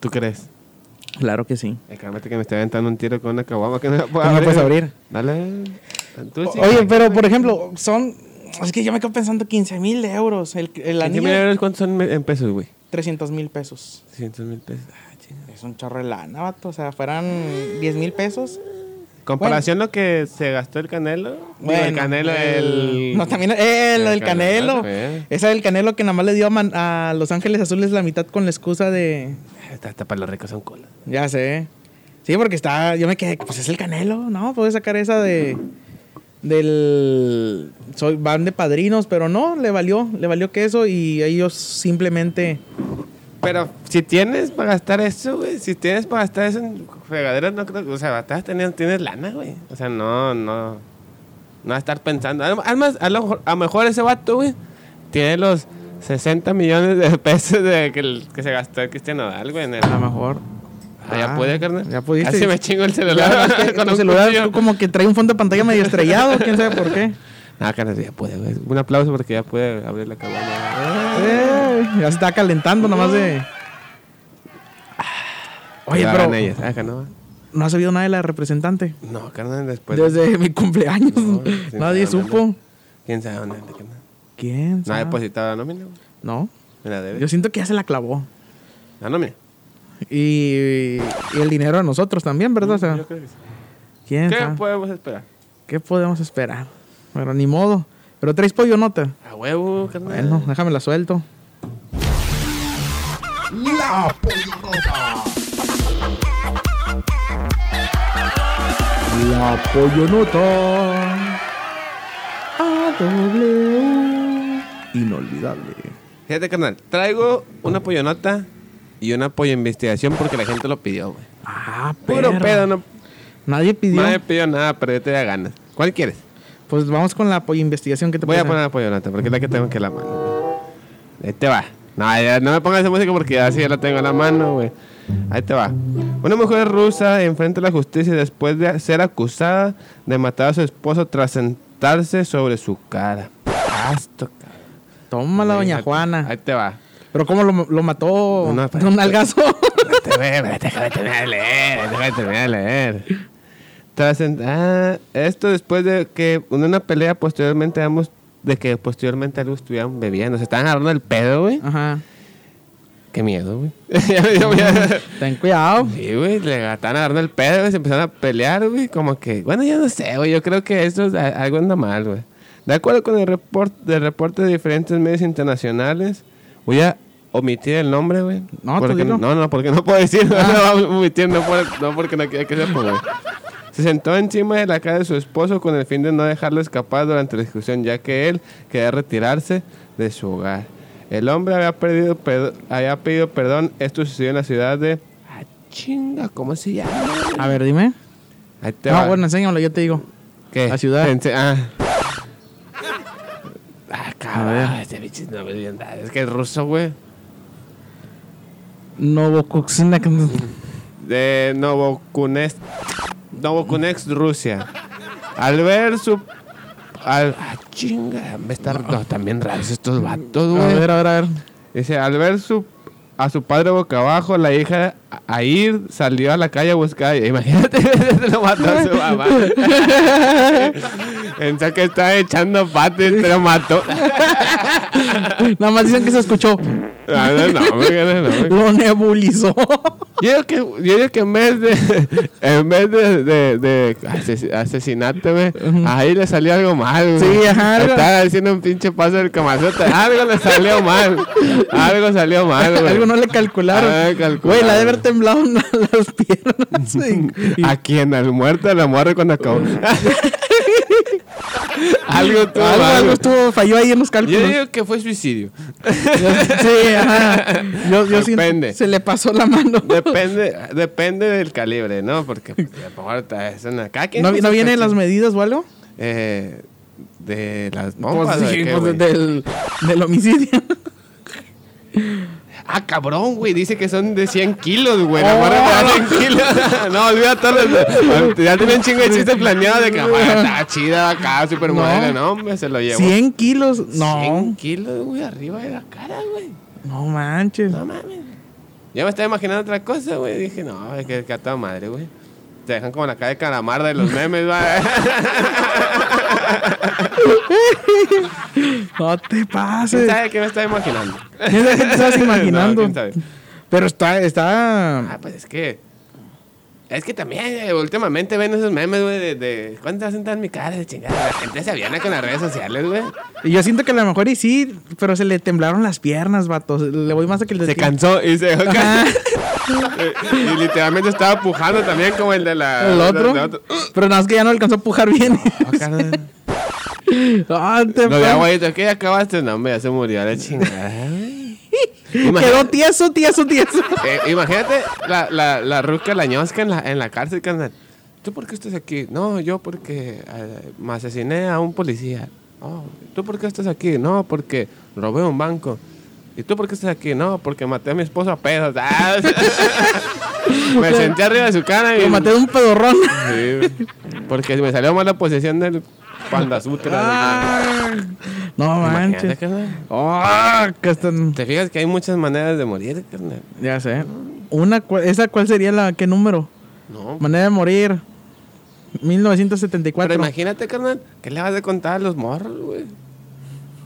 Speaker 3: ¿Tú crees?
Speaker 2: Claro que sí.
Speaker 3: Eh, Cálmate que me está aventando un tiro con una caguama que no la puedo
Speaker 2: No la
Speaker 3: abrir.
Speaker 2: puedes abrir.
Speaker 3: Dale. Tú Pues sí.
Speaker 2: Oye, pero por ejemplo, son. Es que yo me quedo pensando 15 mil euros. El, el
Speaker 3: ¿En qué
Speaker 2: anillo.
Speaker 3: mil euros cuántos son en pesos, güey?
Speaker 2: 300 mil pesos.
Speaker 3: 300 mil pesos. Ah, chinga.
Speaker 2: Es un chorro de lana, vato. O sea, fueran 10 mil pesos.
Speaker 3: Comparación lo que se gastó el Canelo. Digo, el Canelo, el.
Speaker 2: eh, No, también. ¡Eh, lo
Speaker 3: el
Speaker 2: del Canelo!
Speaker 3: Canelo, eh.
Speaker 2: Esa del Canelo que nada más le dio a, Man- a Los Ángeles Azules la mitad con la excusa de.
Speaker 3: Hasta, hasta para los ricos son cola.
Speaker 2: Ya sé. Sí, porque está. Yo me quedé. Pues es el Canelo, ¿no? Puedes sacar esa de. del soy van de padrinos, pero no, le valió, le valió que eso y ellos simplemente
Speaker 3: Pero si tienes para gastar eso, güey, si tienes para gastar eso en fregaderas, no creo, o sea, estás teniendo, tienes lana, güey. O sea, no, no, no va a estar pensando. Además, a lo, mejor- a lo mejor ese vato, güey, tiene los 60 millones de pesos de que, el- que se gastó el Cristiano Nodal, güey, en el...
Speaker 2: a lo mejor
Speaker 3: Ah, ya
Speaker 2: Ah,
Speaker 3: pude, carnal.
Speaker 2: ya pudiste.
Speaker 3: Casi me chingo el
Speaker 2: Ya,
Speaker 3: celular.
Speaker 2: es que
Speaker 3: con
Speaker 2: tu
Speaker 3: un
Speaker 2: celular
Speaker 3: cuchillo.
Speaker 2: como que trae un fondo de pantalla medio estrellado, quién sabe por qué.
Speaker 3: Ah, carnal, ya pude, güey. Un aplauso porque ya pude abrir la cabana.
Speaker 2: Eh, ya se está calentando nomás de Oye,
Speaker 3: Ya
Speaker 2: pero
Speaker 3: van ellas. Ah, carnal.
Speaker 2: no ha sabido nada de la representante.
Speaker 3: Pues No, carnal, después.
Speaker 2: Desde mi cumpleaños
Speaker 3: No, sí,
Speaker 2: nadie
Speaker 3: no, no,
Speaker 2: supo.
Speaker 3: no. ¿Quién sabe dónde anda, carnal?
Speaker 2: ¿Quién?
Speaker 3: No ha
Speaker 2: sabe?
Speaker 3: depositado la nómina, güey.
Speaker 2: No.
Speaker 3: Me la debe.
Speaker 2: Yo siento que ya se la clavó.
Speaker 3: La nómina.
Speaker 2: Y, y el dinero a nosotros también, ¿verdad? O sea,
Speaker 3: Yo creo que sí.
Speaker 2: ¿quién
Speaker 3: ¿Qué
Speaker 2: sabe?
Speaker 3: podemos esperar?
Speaker 2: ¿Qué podemos esperar? Pero ni modo. Pero traes pollo nota.
Speaker 3: A huevo, carnal.
Speaker 2: Bueno, déjame la suelto.
Speaker 1: La Pollonota. La Pollonota.
Speaker 2: A doble Inolvidable.
Speaker 3: Fíjate, carnal. Traigo una pollonota y una pollo investigación porque la gente lo pidió, güey.
Speaker 2: Ah,
Speaker 3: Puro
Speaker 2: pero.
Speaker 3: pedo, no.
Speaker 2: Nadie pidió.
Speaker 3: Nadie pidió nada, pero yo te da ganas. ¿Cuál quieres?
Speaker 2: Pues vamos con la pollo investigación que te
Speaker 3: Voy a
Speaker 2: parece?
Speaker 3: poner la pollonata porque es la que tengo que en la mano. Ahí te va. No, ya no me pongas esa música porque ya sí ya la tengo en la mano, güey. Ahí te va. Una mujer rusa enfrenta a la justicia después de ser acusada de matar a su esposo tras sentarse sobre su cara. Pasto, cabrón.
Speaker 2: Tómala, doña
Speaker 3: Ahí- Ahí
Speaker 2: Juana.
Speaker 3: te va.
Speaker 2: Pero ¿cómo lo, lo mató?
Speaker 3: No, no,
Speaker 2: de un algazo.
Speaker 3: Espérate, güey, espérate, déjame terminar de leer, déjame terminar de leer. Tras en- ah, esto después de que en una pelea posteriormente ambos, de que posteriormente ambos estuvieron bebiendo, se estaban agarrando el pedo, güey.
Speaker 2: Ajá.
Speaker 3: Qué miedo, güey. Ah. Ya me dio miedo.
Speaker 2: Ten cuidado.
Speaker 3: Sí, güey, le estaban agarrando el pedo, güey, se empezaron a pelear, güey, como que, bueno, yo no sé, güey, yo creo que esto es, a- algo anda mal, güey. De acuerdo con el report, del reporte de diferentes medios internacionales, voy a omitir el nombre, güey.
Speaker 2: No, tú
Speaker 3: porque,
Speaker 2: dilo. Ah.
Speaker 3: no, no, porque no puedo decir, no, no, omitir, no, por- no porque no quiera que se ponga. Se sentó encima de la cara de su esposo con el fin de no dejarlo escapar durante la discusión, ya que él quería retirarse de su hogar. El hombre había, perdido perdo- había pedido perdón. Esto sucedió en la ciudad de. ¡Ah, chinga! ¿Cómo se llama?
Speaker 2: A ver, dime.
Speaker 3: Ahí te
Speaker 2: No,
Speaker 3: va.
Speaker 2: Ah, bueno, enséñamelo, yo te digo.
Speaker 3: ¿Qué?
Speaker 2: la ciudad.
Speaker 3: Ense- ah. Ah, cabrón. Este bicho no me dio nada. Es que es ruso, güey.
Speaker 2: Novocuxina.
Speaker 3: de Novokunex, Novokunex, Rusia. Al ver su. Al, ah, chinga, me están no, también raros estos vatos,
Speaker 2: A
Speaker 3: güey.
Speaker 2: ver, a ver, a ver.
Speaker 3: Dice, al ver su, a su padre boca abajo, la hija A- Air salió a la calle a buscar. Imagínate, se lo mató a su mamá. Pensó que estaba echando pato y te lo mató.
Speaker 2: Nada más dicen que se escuchó.
Speaker 3: Ah, no, no, no, no, no.
Speaker 2: Lo nebulizó.
Speaker 3: Yo digo que, yo digo que en vez de, en vez de, de, de ases- asesinato, güey, ahí le salió algo mal, güey.
Speaker 2: Sí, ajá, algo.
Speaker 3: Estaba haciendo un pinche paso del camazota. Algo le salió mal. Algo salió mal, güey.
Speaker 2: Algo no le calcularon.
Speaker 3: Ah, calcularon.
Speaker 2: Güey, la de haber temblado en las piernas. Y- y-
Speaker 3: ¿A quién? ¿Al muerto o a la muerte cuando acabó? algo tuvo
Speaker 2: algo,
Speaker 3: mal,
Speaker 2: algo
Speaker 3: güey.
Speaker 2: estuvo, falló ahí en los
Speaker 3: Yo
Speaker 2: cálculos.
Speaker 3: digo que fue suicidio.
Speaker 2: sí, ajá. Yo, yo siento-
Speaker 3: Depende.
Speaker 2: se le pasó la mano.
Speaker 3: Depende, depende del calibre, ¿no? Porque pues, a lo mejor está- es una acá, ¿quién
Speaker 2: ¿No,
Speaker 3: sabe
Speaker 2: ¿no
Speaker 3: qué
Speaker 2: vienen
Speaker 3: ching-
Speaker 2: las medidas o algo?
Speaker 3: Eh, de las
Speaker 2: Pues
Speaker 3: bombas. ¿o de
Speaker 2: sí,
Speaker 3: qué,
Speaker 2: pues
Speaker 3: güey?
Speaker 2: del, del homicidio.
Speaker 3: Ah, cabrón, güey. Dice que son de 100 kilos, güey. La
Speaker 2: Oh.
Speaker 3: morra te da 100 kilos. no, olvídate. los- Ya tenía un chingo de chiste planeado de que ah, está chida acá, supermodelo. No, hombre, se lo llevó.
Speaker 2: 100 kilos. No,
Speaker 3: 100 kilos, güey, arriba de la cara, güey.
Speaker 2: no manches.
Speaker 3: No mames. Ya me estaba imaginando otra cosa, güey. Dije, no, es que, que a toda madre, güey. Te dejan como la cara de calamar de los memes, güey.
Speaker 2: No te
Speaker 3: ¿Quién
Speaker 2: pases.
Speaker 3: sabe qué me estaba imaginando?
Speaker 2: ¿Quién sabe qué te estás
Speaker 3: No,
Speaker 2: imaginando?
Speaker 3: ¿quién sabe?
Speaker 2: Pero está, está.
Speaker 3: Ah, pues es que. Es que también eh, últimamente ven esos memes, güey, de, de cuánto hacen tan mi cara de chingada. La gente se aviana con las redes sociales, güey.
Speaker 2: Y yo siento que a lo mejor y sí, pero se le temblaron las piernas, vato. Le voy más a que el de
Speaker 3: Se
Speaker 2: ti.
Speaker 3: cansó y se dejó
Speaker 2: Ajá.
Speaker 3: caer. y literalmente estaba pujando también como el de la...
Speaker 2: El
Speaker 3: de-
Speaker 2: otro.
Speaker 3: de otro.
Speaker 2: Pero nada más que ya no alcanzó a pujar bien.
Speaker 3: Ah, carnal.
Speaker 2: Ah, te
Speaker 3: Lo de
Speaker 2: pa-
Speaker 3: aguadito, que ya acabaste, no, hombre, ya se murió la chingada.
Speaker 2: Quedó tieso, tieso, tieso.
Speaker 3: Eh, imagínate la, la, la ruca, la ñosca en la, en la cárcel, carnal. ¿Tú por qué estás aquí? No, yo porque eh, me asesiné a un policía. "Oh, ¿Tú por qué estás aquí? No, porque robé un banco. ¿Y tú por qué estás aquí? No, porque maté a mi esposo a pedos. Ah, me senté arriba de su cara y...
Speaker 2: Lo maté de un pedorrón.
Speaker 3: Sí, porque me salió mal la posesión del Panda Sutra.
Speaker 2: Ah, no
Speaker 3: Imagínate,
Speaker 2: manches.
Speaker 3: carnal.
Speaker 2: Ah, que están-
Speaker 3: ¿Te fijas que hay muchas maneras de morir, carnal?
Speaker 2: Ya sé. Una, cu- ¿Esa cuál sería la? ¿Qué número?
Speaker 3: No,
Speaker 2: Manera de morir. 1974.
Speaker 3: Pero imagínate, carnal, ¿qué le vas a contar a los morros, güey?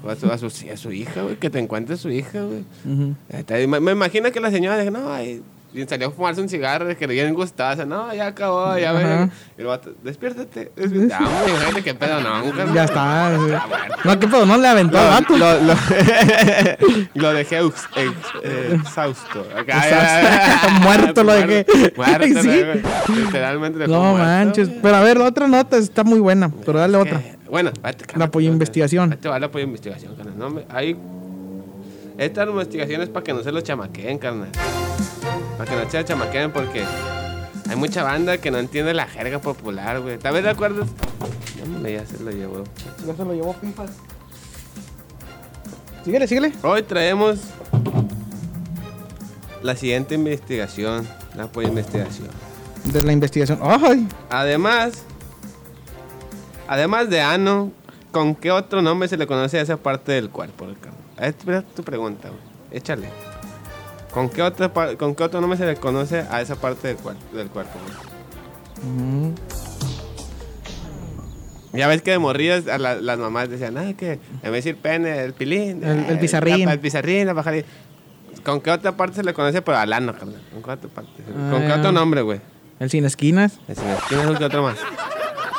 Speaker 3: O A su, a su, a su hija, güey, que te encuentre su hija, güey.
Speaker 2: Ujú.
Speaker 3: Está- Me, me imagino que la señora dijo, no, ahí", y salió a fumarse un cigarro, que le dieron gustazo, no, ya acabó, ya
Speaker 2: Ajá.
Speaker 3: ven. Y el vato, despiértate, despiértate. Ah, güey, imagínate qué pedo, no, carnal.
Speaker 2: Ya está. sí. No, qué pedo, no le aventó al
Speaker 3: Lo,
Speaker 2: vato.
Speaker 3: lo, lo, lo dejé ex- ex- eh, exhausto. Acá,
Speaker 2: Exhausto. Muerto lo dejé.
Speaker 3: Muerto,
Speaker 2: Sí.
Speaker 3: güey. literalmente lo dejó
Speaker 2: No
Speaker 3: muerto,
Speaker 2: manches.
Speaker 3: güey.
Speaker 2: Pero a ver, la otra nota está muy buena. Pero dale otra.
Speaker 3: Eh, Bueno, espérate,
Speaker 2: La
Speaker 3: carnal,
Speaker 2: apoyo
Speaker 3: espérate.
Speaker 2: investigación.
Speaker 3: Ahí te va la apoyo investigación, carnal. No, hombre, ahí- Estas investigaciones para que no se lo chamaqueen, carnal. Para que no se lo chamaqueen porque hay mucha banda que no entiende la jerga popular, güey. ¿Tal vez te acuerdas? No, hombre, ya se lo llevó.
Speaker 2: Ya se lo llevó pipas. Síguele, síguele.
Speaker 3: Hoy traemos la siguiente investigación, la apoyo investigación.
Speaker 2: De la investigación. ¡Ay!
Speaker 3: Además, además de ano, ¿con qué otro nombre se le conoce a esa parte del cuerpo? Ricardo? Esta es tu pregunta, güey. Échale. ¿Con qué, otra par- ¿Con qué otro nombre se le conoce a esa parte del, cuer- del cuerpo? güey?
Speaker 2: Mm.
Speaker 3: Ya ves que de morrillas a la- las mamás decían, ah, que en vez de decir pene, el pilín.
Speaker 2: El-
Speaker 3: ah,
Speaker 2: el pizarrín.
Speaker 3: la- el pizarrín, la pajarita. ¿Con qué otra parte se le conoce? Pero al ano, carnal. ¿Con qué otra parte? ¿Con qué
Speaker 2: Ah.
Speaker 3: otro nombre, güey?
Speaker 2: El sin esquinas.
Speaker 3: Es- ¿Tienes algún otro más?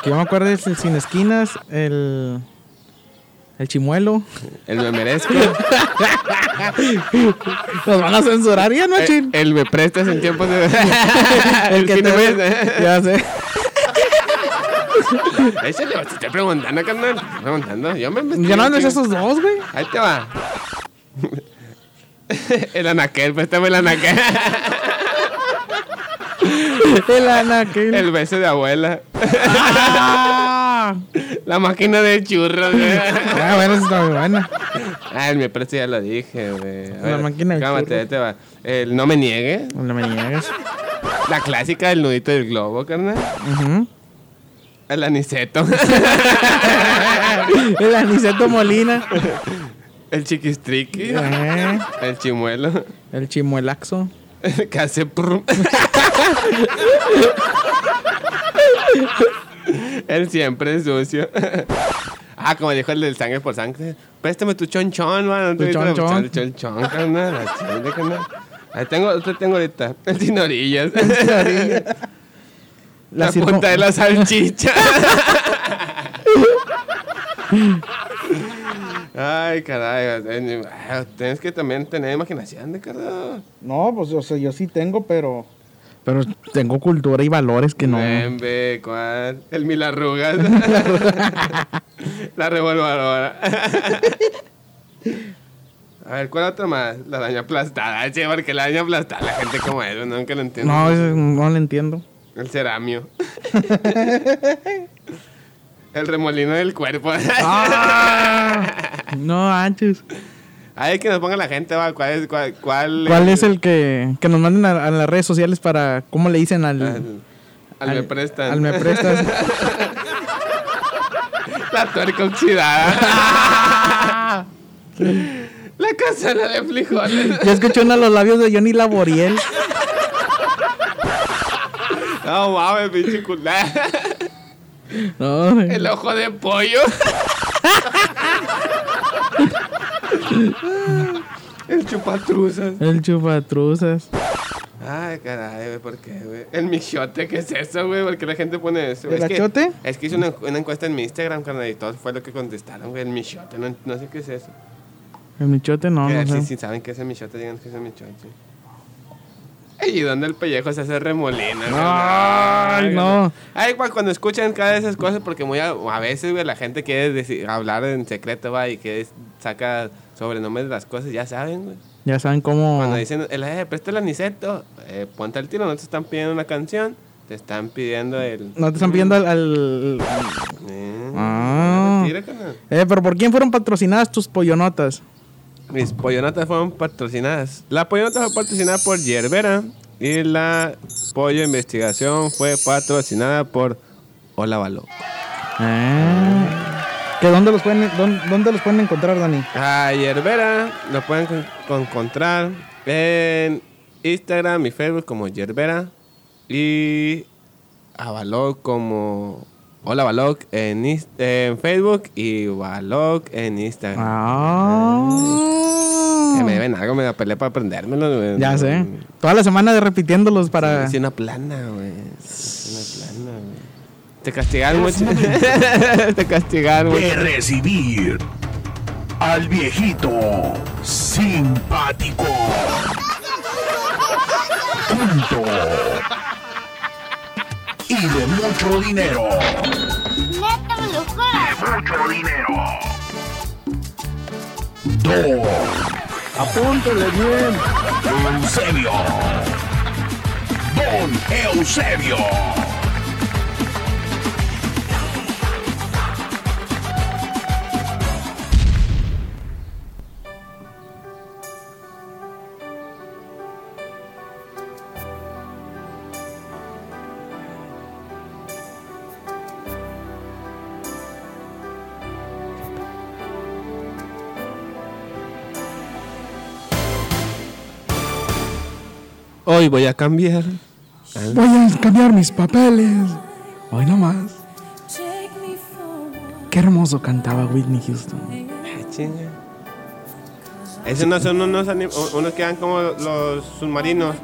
Speaker 2: Que yo me acuerdo es el sin esquinas. El. El chimuelo.
Speaker 3: El me merezco.
Speaker 2: Nos van a censurar ya, no,
Speaker 3: Eh,
Speaker 2: chin.
Speaker 3: El me prestas en tiempos de.
Speaker 2: El que
Speaker 3: fin de
Speaker 2: te
Speaker 3: mes,
Speaker 2: ve-
Speaker 3: ¿eh?
Speaker 2: Ya sé.
Speaker 3: Échale, te estoy preguntando, carnal. Estoy Preguntando. Yo me metí.
Speaker 2: Ya no es esos dos, güey.
Speaker 3: Ahí te va. El anaquel, préstame el anaquel.
Speaker 2: El anaquel.
Speaker 3: El beso de abuela.
Speaker 2: Ah,
Speaker 3: La máquina de churros, ¿eh? güey.
Speaker 2: Ah, bueno, eso está muy buena.
Speaker 3: Ah, el me presta ya lo dije, güey. A
Speaker 2: La
Speaker 3: ver,
Speaker 2: máquina de
Speaker 3: cálmate,
Speaker 2: churros.
Speaker 3: ahí te va. El no me niegue.
Speaker 2: No me niegues.
Speaker 3: La clásica del nudito del globo, carnal.
Speaker 2: Ujú.
Speaker 3: El aniceto.
Speaker 2: El aniceto molina.
Speaker 3: El chiquistriqui.
Speaker 2: Eh,
Speaker 3: El chimuelo.
Speaker 2: El chimuelaxo.
Speaker 3: que hace prum. Él siempre es sucio. ah, como dijo el del sangre por sangre. Préstame tu chonchón, mano.
Speaker 2: Tu chonchón.
Speaker 3: Tu chonchón, carnal. Así de carnal. Ahí tengo, otro tengo ahorita. El sin orillas. La,
Speaker 2: circun-
Speaker 3: punta de la salchicha. Ay, caray. ah, Tienes que también tener imaginación, de carnal.
Speaker 2: No, pues o sea, yo sí tengo, pero. Pero tengo cultura y valores que no.
Speaker 3: Ven, ve, ¿cuál? El mil arrugas. la revolvadora. A ver, ¿cuál otra más? La daña aplastada. Che, porque la daña aplastada, la gente como es, güey, nunca lo entiende.
Speaker 2: No, eso no lo entiendo.
Speaker 3: El ceramio. El remolino del cuerpo.
Speaker 2: Ah. No, antes.
Speaker 3: Ay, que nos ponga la gente, va, ¿cuál es? ¿Cuál, cuál,
Speaker 2: ¿Cuál es el que, que nos manden a, a las redes sociales para cómo le dicen al.
Speaker 3: Al, al me prestan.
Speaker 2: Al me prestas.
Speaker 3: La tuerca oxidada. La casana de frijoles.
Speaker 2: Yo escuché uno de los labios de Johnny Laboriel.
Speaker 3: No mames, pinche culá.
Speaker 2: No, güey.
Speaker 3: El ojo de pollo. El chupatruzas.
Speaker 2: el chupatruzas.
Speaker 3: Ay, caray, güey, ¿por qué, güey? El michote, ¿qué es eso, güey? ¿Por qué la gente pone eso?
Speaker 2: ¿El
Speaker 3: es que-
Speaker 2: achiote?
Speaker 3: es que hice una, una encuesta en mi Instagram, carnal, y todo fue lo que contestaron, güey. El michote, no, no sé qué es eso.
Speaker 2: El michote no,
Speaker 3: Que
Speaker 2: no sé.
Speaker 3: si, si saben qué es el michote, digan qué es el michote. Ey, ¿Y dónde el pellejo se hace remolino? güey?
Speaker 2: Ay, no.
Speaker 3: Ay, güey, cuando escuchan cada de esas cosas, porque muy a, a veces, güey, la gente quiere decir, hablar en secreto, va, y que es- saca sobrenombres de las cosas, ya saben, güey.
Speaker 2: Ya saben cómo.
Speaker 3: Cuando dicen, el, eh, presta el aniceto, eh, ponte al tiro, no te están pidiendo una canción, te están pidiendo el...
Speaker 2: No te están pidiendo al. al-
Speaker 3: Eh,
Speaker 2: Ah.
Speaker 3: Tira, carnal.
Speaker 2: Eh, pero ¿por quién fueron patrocinadas tus pollonotas?
Speaker 3: Mis pollonatas fueron patrocinadas. La pollonata fue patrocinada por Yerbera y la pollo investigación fue patrocinada por Hola Baló. Ah.
Speaker 2: ¿Que dónde, los pueden, dónde, dónde los pueden encontrar, Dani?
Speaker 3: A Yerbera lo pueden con- con- encontrar en Instagram y Facebook como Yerbera y a Balog como Hola Balog en, Inst- en Facebook y Balog en Instagram.
Speaker 2: Ah.
Speaker 3: Que me deben algo, me la peleé para aprendérmelo. güey.
Speaker 2: Ya sé. Toda la semana de repitiéndolos para.
Speaker 3: Es una plana, güey. Es una plana, güey. Te castigaron mucho. Te castigaron mucho.
Speaker 1: De recibir al viejito simpático. Punto. Y de mucho dinero.
Speaker 4: Neta me lo juro.
Speaker 1: Mucho dinero. Dos. Apúntele bien. Eusebio. Don Eusebio.
Speaker 3: Hoy voy a cambiar.
Speaker 2: Voy a cambiar mis papeles. Hoy nomás.
Speaker 5: Take me for one.
Speaker 2: Qué hermoso cantaba Whitney Houston.
Speaker 3: Ay, chinga. Esos no son unos, anim- u- unos que dan como los submarinos.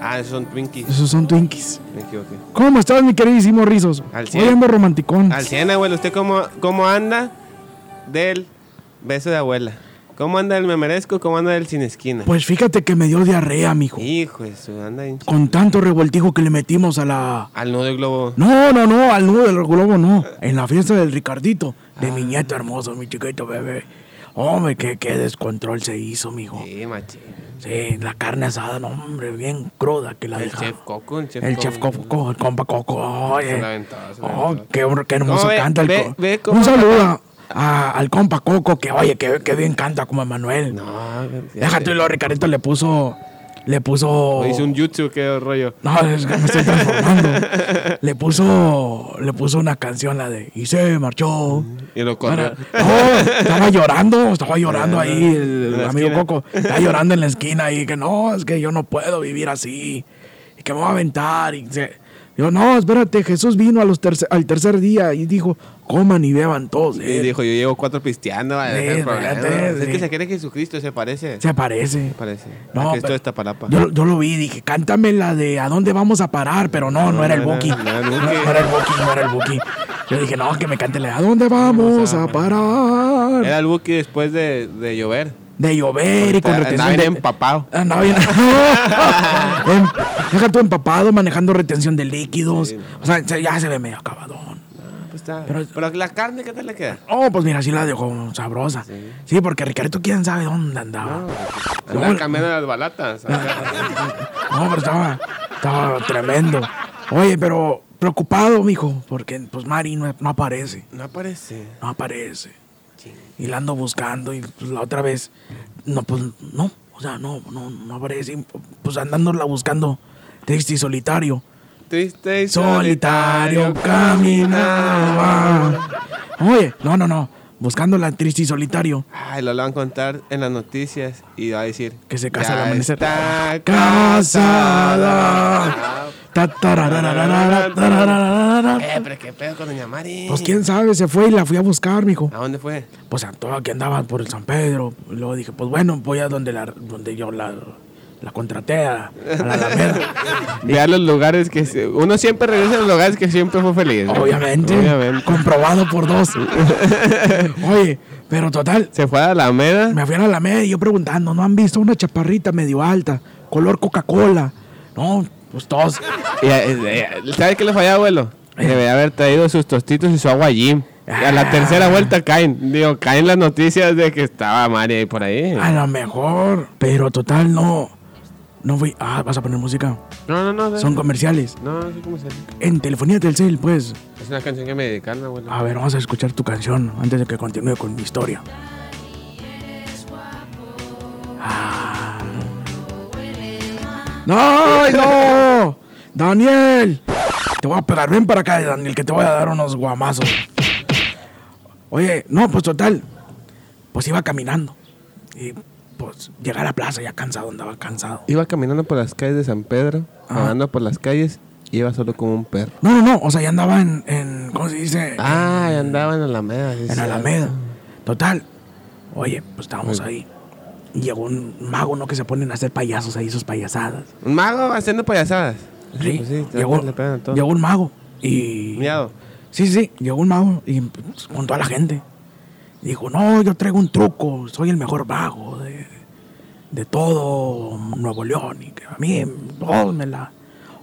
Speaker 3: Ah, esos son Twinkies.
Speaker 2: Esos son Twinkies.
Speaker 3: Me equivoqué.
Speaker 2: ¿Cómo estás, mi queridísimo Rizos?
Speaker 3: Al cien.
Speaker 2: Hoy ando romanticón.
Speaker 3: Al 100, abuelo. ¿Usted cómo, cómo anda del beso de abuela? ¿Cómo anda el me merezco? ¿Cómo anda el sin esquina?
Speaker 2: Pues fíjate que me dio diarrea, mijo.
Speaker 3: Hijo, eso anda hinch-
Speaker 2: Con tanto revoltijo que le metimos a la.
Speaker 3: Al nudo del globo.
Speaker 2: No, no, no, al nudo del globo no. En la fiesta del Ricardito, de
Speaker 3: Ah.
Speaker 2: mi nieto hermoso, mi chiquito bebé. Hombre, qué, qué descontrol se hizo, mijo.
Speaker 3: Sí, machín.
Speaker 2: Sí, la carne asada, no, hombre, bien cruda que la
Speaker 3: El
Speaker 2: dejaba.
Speaker 3: chef Coco, el chef
Speaker 2: El chef Coco, el compa Coco. Oye.
Speaker 3: Se la aventaba, se la
Speaker 2: Oh,
Speaker 3: aventaba.
Speaker 2: qué, hor- qué hermoso
Speaker 3: ¿Cómo ve?
Speaker 2: canta el
Speaker 3: Ve-
Speaker 2: co-
Speaker 3: ve cómo-
Speaker 2: Un saludo a- al compa Coco, que oye, que, que bien canta como Manuel.
Speaker 3: No,
Speaker 2: Déjate y luego Ricardito le puso. Le puso.
Speaker 3: Lo hice un YouTube, qué rollo.
Speaker 2: No, es que me estoy transformando. le puso. Le puso una canción, la de. Y se marchó.
Speaker 3: Y lo corrió.
Speaker 2: Para- no, estaba llorando, estaba llorando ahí el
Speaker 3: En la
Speaker 2: amigo
Speaker 3: esquina.
Speaker 2: Coco. Estaba llorando en la esquina ahí que no, es que yo no puedo vivir así. Y que me voy a aventar. Y se- yo, no, espérate, Jesús vino a los terce- al tercer día y dijo, coman y beban todos.
Speaker 3: Y
Speaker 2: eh".
Speaker 3: dijo, yo llevo cuatro pisteando. va, ese es el
Speaker 2: Sí,
Speaker 3: problema.
Speaker 2: espérate,
Speaker 3: Es que
Speaker 2: sí.
Speaker 3: se cree que Jesucristo se parece.
Speaker 2: Se parece.
Speaker 3: parece.
Speaker 2: No,
Speaker 3: No, Cristo
Speaker 2: pero-
Speaker 3: está palapa.
Speaker 2: Yo, yo lo vi, dije, cántame la de a dónde vamos a parar, pero no, no, era el
Speaker 3: no era-
Speaker 2: Buki. No,
Speaker 3: no era el
Speaker 2: no
Speaker 3: Buki.
Speaker 2: era el Buki, no era el Buki. Yo dije, no, que me cante la de a dónde vamos a parar.
Speaker 3: Era el Buki después de, de llover.
Speaker 2: De llover y con
Speaker 3: Pues, Andaba
Speaker 2: retención
Speaker 3: bien
Speaker 2: de...
Speaker 3: empapado.
Speaker 2: Andaba bien... Em- Deja tú empapado, manejando retención de líquidos. O sea, se- ya se ve medio acabadón.
Speaker 3: Pues está. Pero,
Speaker 2: Pero-
Speaker 3: la carne, ¿qué tal le queda?
Speaker 2: Oh, pues mira, sí la dejó sabrosa. Sí, porque Ricardo quién sabe dónde andaba.
Speaker 3: Andaba
Speaker 2: No.
Speaker 3: cambiando las balatas.
Speaker 2: No, pero estaba, estaba tremendo. Oye, pero preocupado, mijo, porque pues Mari no, no aparece,
Speaker 3: no aparece.
Speaker 2: no aparece. Y la ando buscando y pues, la otra vez, no, pues no, o sea, no, no, no aparece. Y, Pues andándola buscando triste y solitario.
Speaker 3: Triste y
Speaker 2: Solitario caminaba. Oye, no, no, no, buscándola triste y solitario.
Speaker 3: Ay, lo van a contar en las noticias y va a decir
Speaker 2: Que se casa
Speaker 3: "Ya
Speaker 2: al amanecer.
Speaker 3: Está
Speaker 2: Casada. Ta, tararararara, tararararara.
Speaker 3: Eh, pero qué pedo con Doña Mari.
Speaker 2: Pues quién sabe, se fue y la fui a buscar, mijo.
Speaker 3: ¿A dónde fue?
Speaker 2: Pues a toda que andaba por el San Pedro. Y Luego dije, pues bueno, voy a donde, la, donde yo la, La contraté a, a la Alameda.
Speaker 3: Vea los lugares que... se- Uno siempre regresa a los lugares que siempre fue feliz. ¿no?
Speaker 2: Obviamente,
Speaker 3: Obviamente.
Speaker 2: Comprobado por dos. Oye, pero total,
Speaker 3: Se fue a la Alameda.
Speaker 2: me fui a la Alameda y yo preguntando, ¿no han visto una chaparrita medio alta? Color Coca-Cola. No, pues todos.
Speaker 3: Y, eh, eh, ¿Sabe qué le fallaba, abuelo? Debe haber traído sus tostitos y su agua Jim. A la
Speaker 2: Ah.
Speaker 3: tercera vuelta caen. Digo, caen las noticias de que estaba Mari ahí por ahí.
Speaker 2: A lo mejor, pero total, no. No fui. Ah, vas a poner música.
Speaker 3: No, no, no.
Speaker 2: Son comerciales.
Speaker 3: No, no sé cómo se dice.
Speaker 2: En telefonía Telcel, pues.
Speaker 3: Es una canción que me dedicaron, abuelo.
Speaker 2: A ver, vamos a escuchar tu canción antes de que continúe con mi historia. Ah. ¡No! ¡No! ¡Daniel! Te voy a pegar. Ven para acá, Daniel, que te voy a dar unos guamazos. Oye, no, pues total. Pues iba caminando. Y pues llegar a la plaza ya cansado, andaba cansado.
Speaker 3: Iba caminando por las calles de San Pedro,
Speaker 2: Ajá.
Speaker 3: andando por las calles, y iba solo como un perro.
Speaker 2: No, no, no. O sea, ya andaba en. en ¿Cómo se dice?
Speaker 3: Ah, y andaba en Alameda. sí,
Speaker 2: en
Speaker 3: sí.
Speaker 2: Alameda. Total. Oye, pues estábamos ahí. Y llegó un mago, ¿no? Que se ponen a hacer payasos ahí, sus payasadas.
Speaker 3: Un mago haciendo payasadas.
Speaker 2: Sí,
Speaker 3: Pues sí,
Speaker 2: llegó,
Speaker 3: le pegan a todo.
Speaker 2: llegó un mago. Y.
Speaker 3: Miado.
Speaker 2: Sí, sí, llegó un mago y pues, con toda la gente. Dijo, no, yo traigo un truco, soy el mejor mago de, de todo Nuevo León. Y que a mí, todos me la...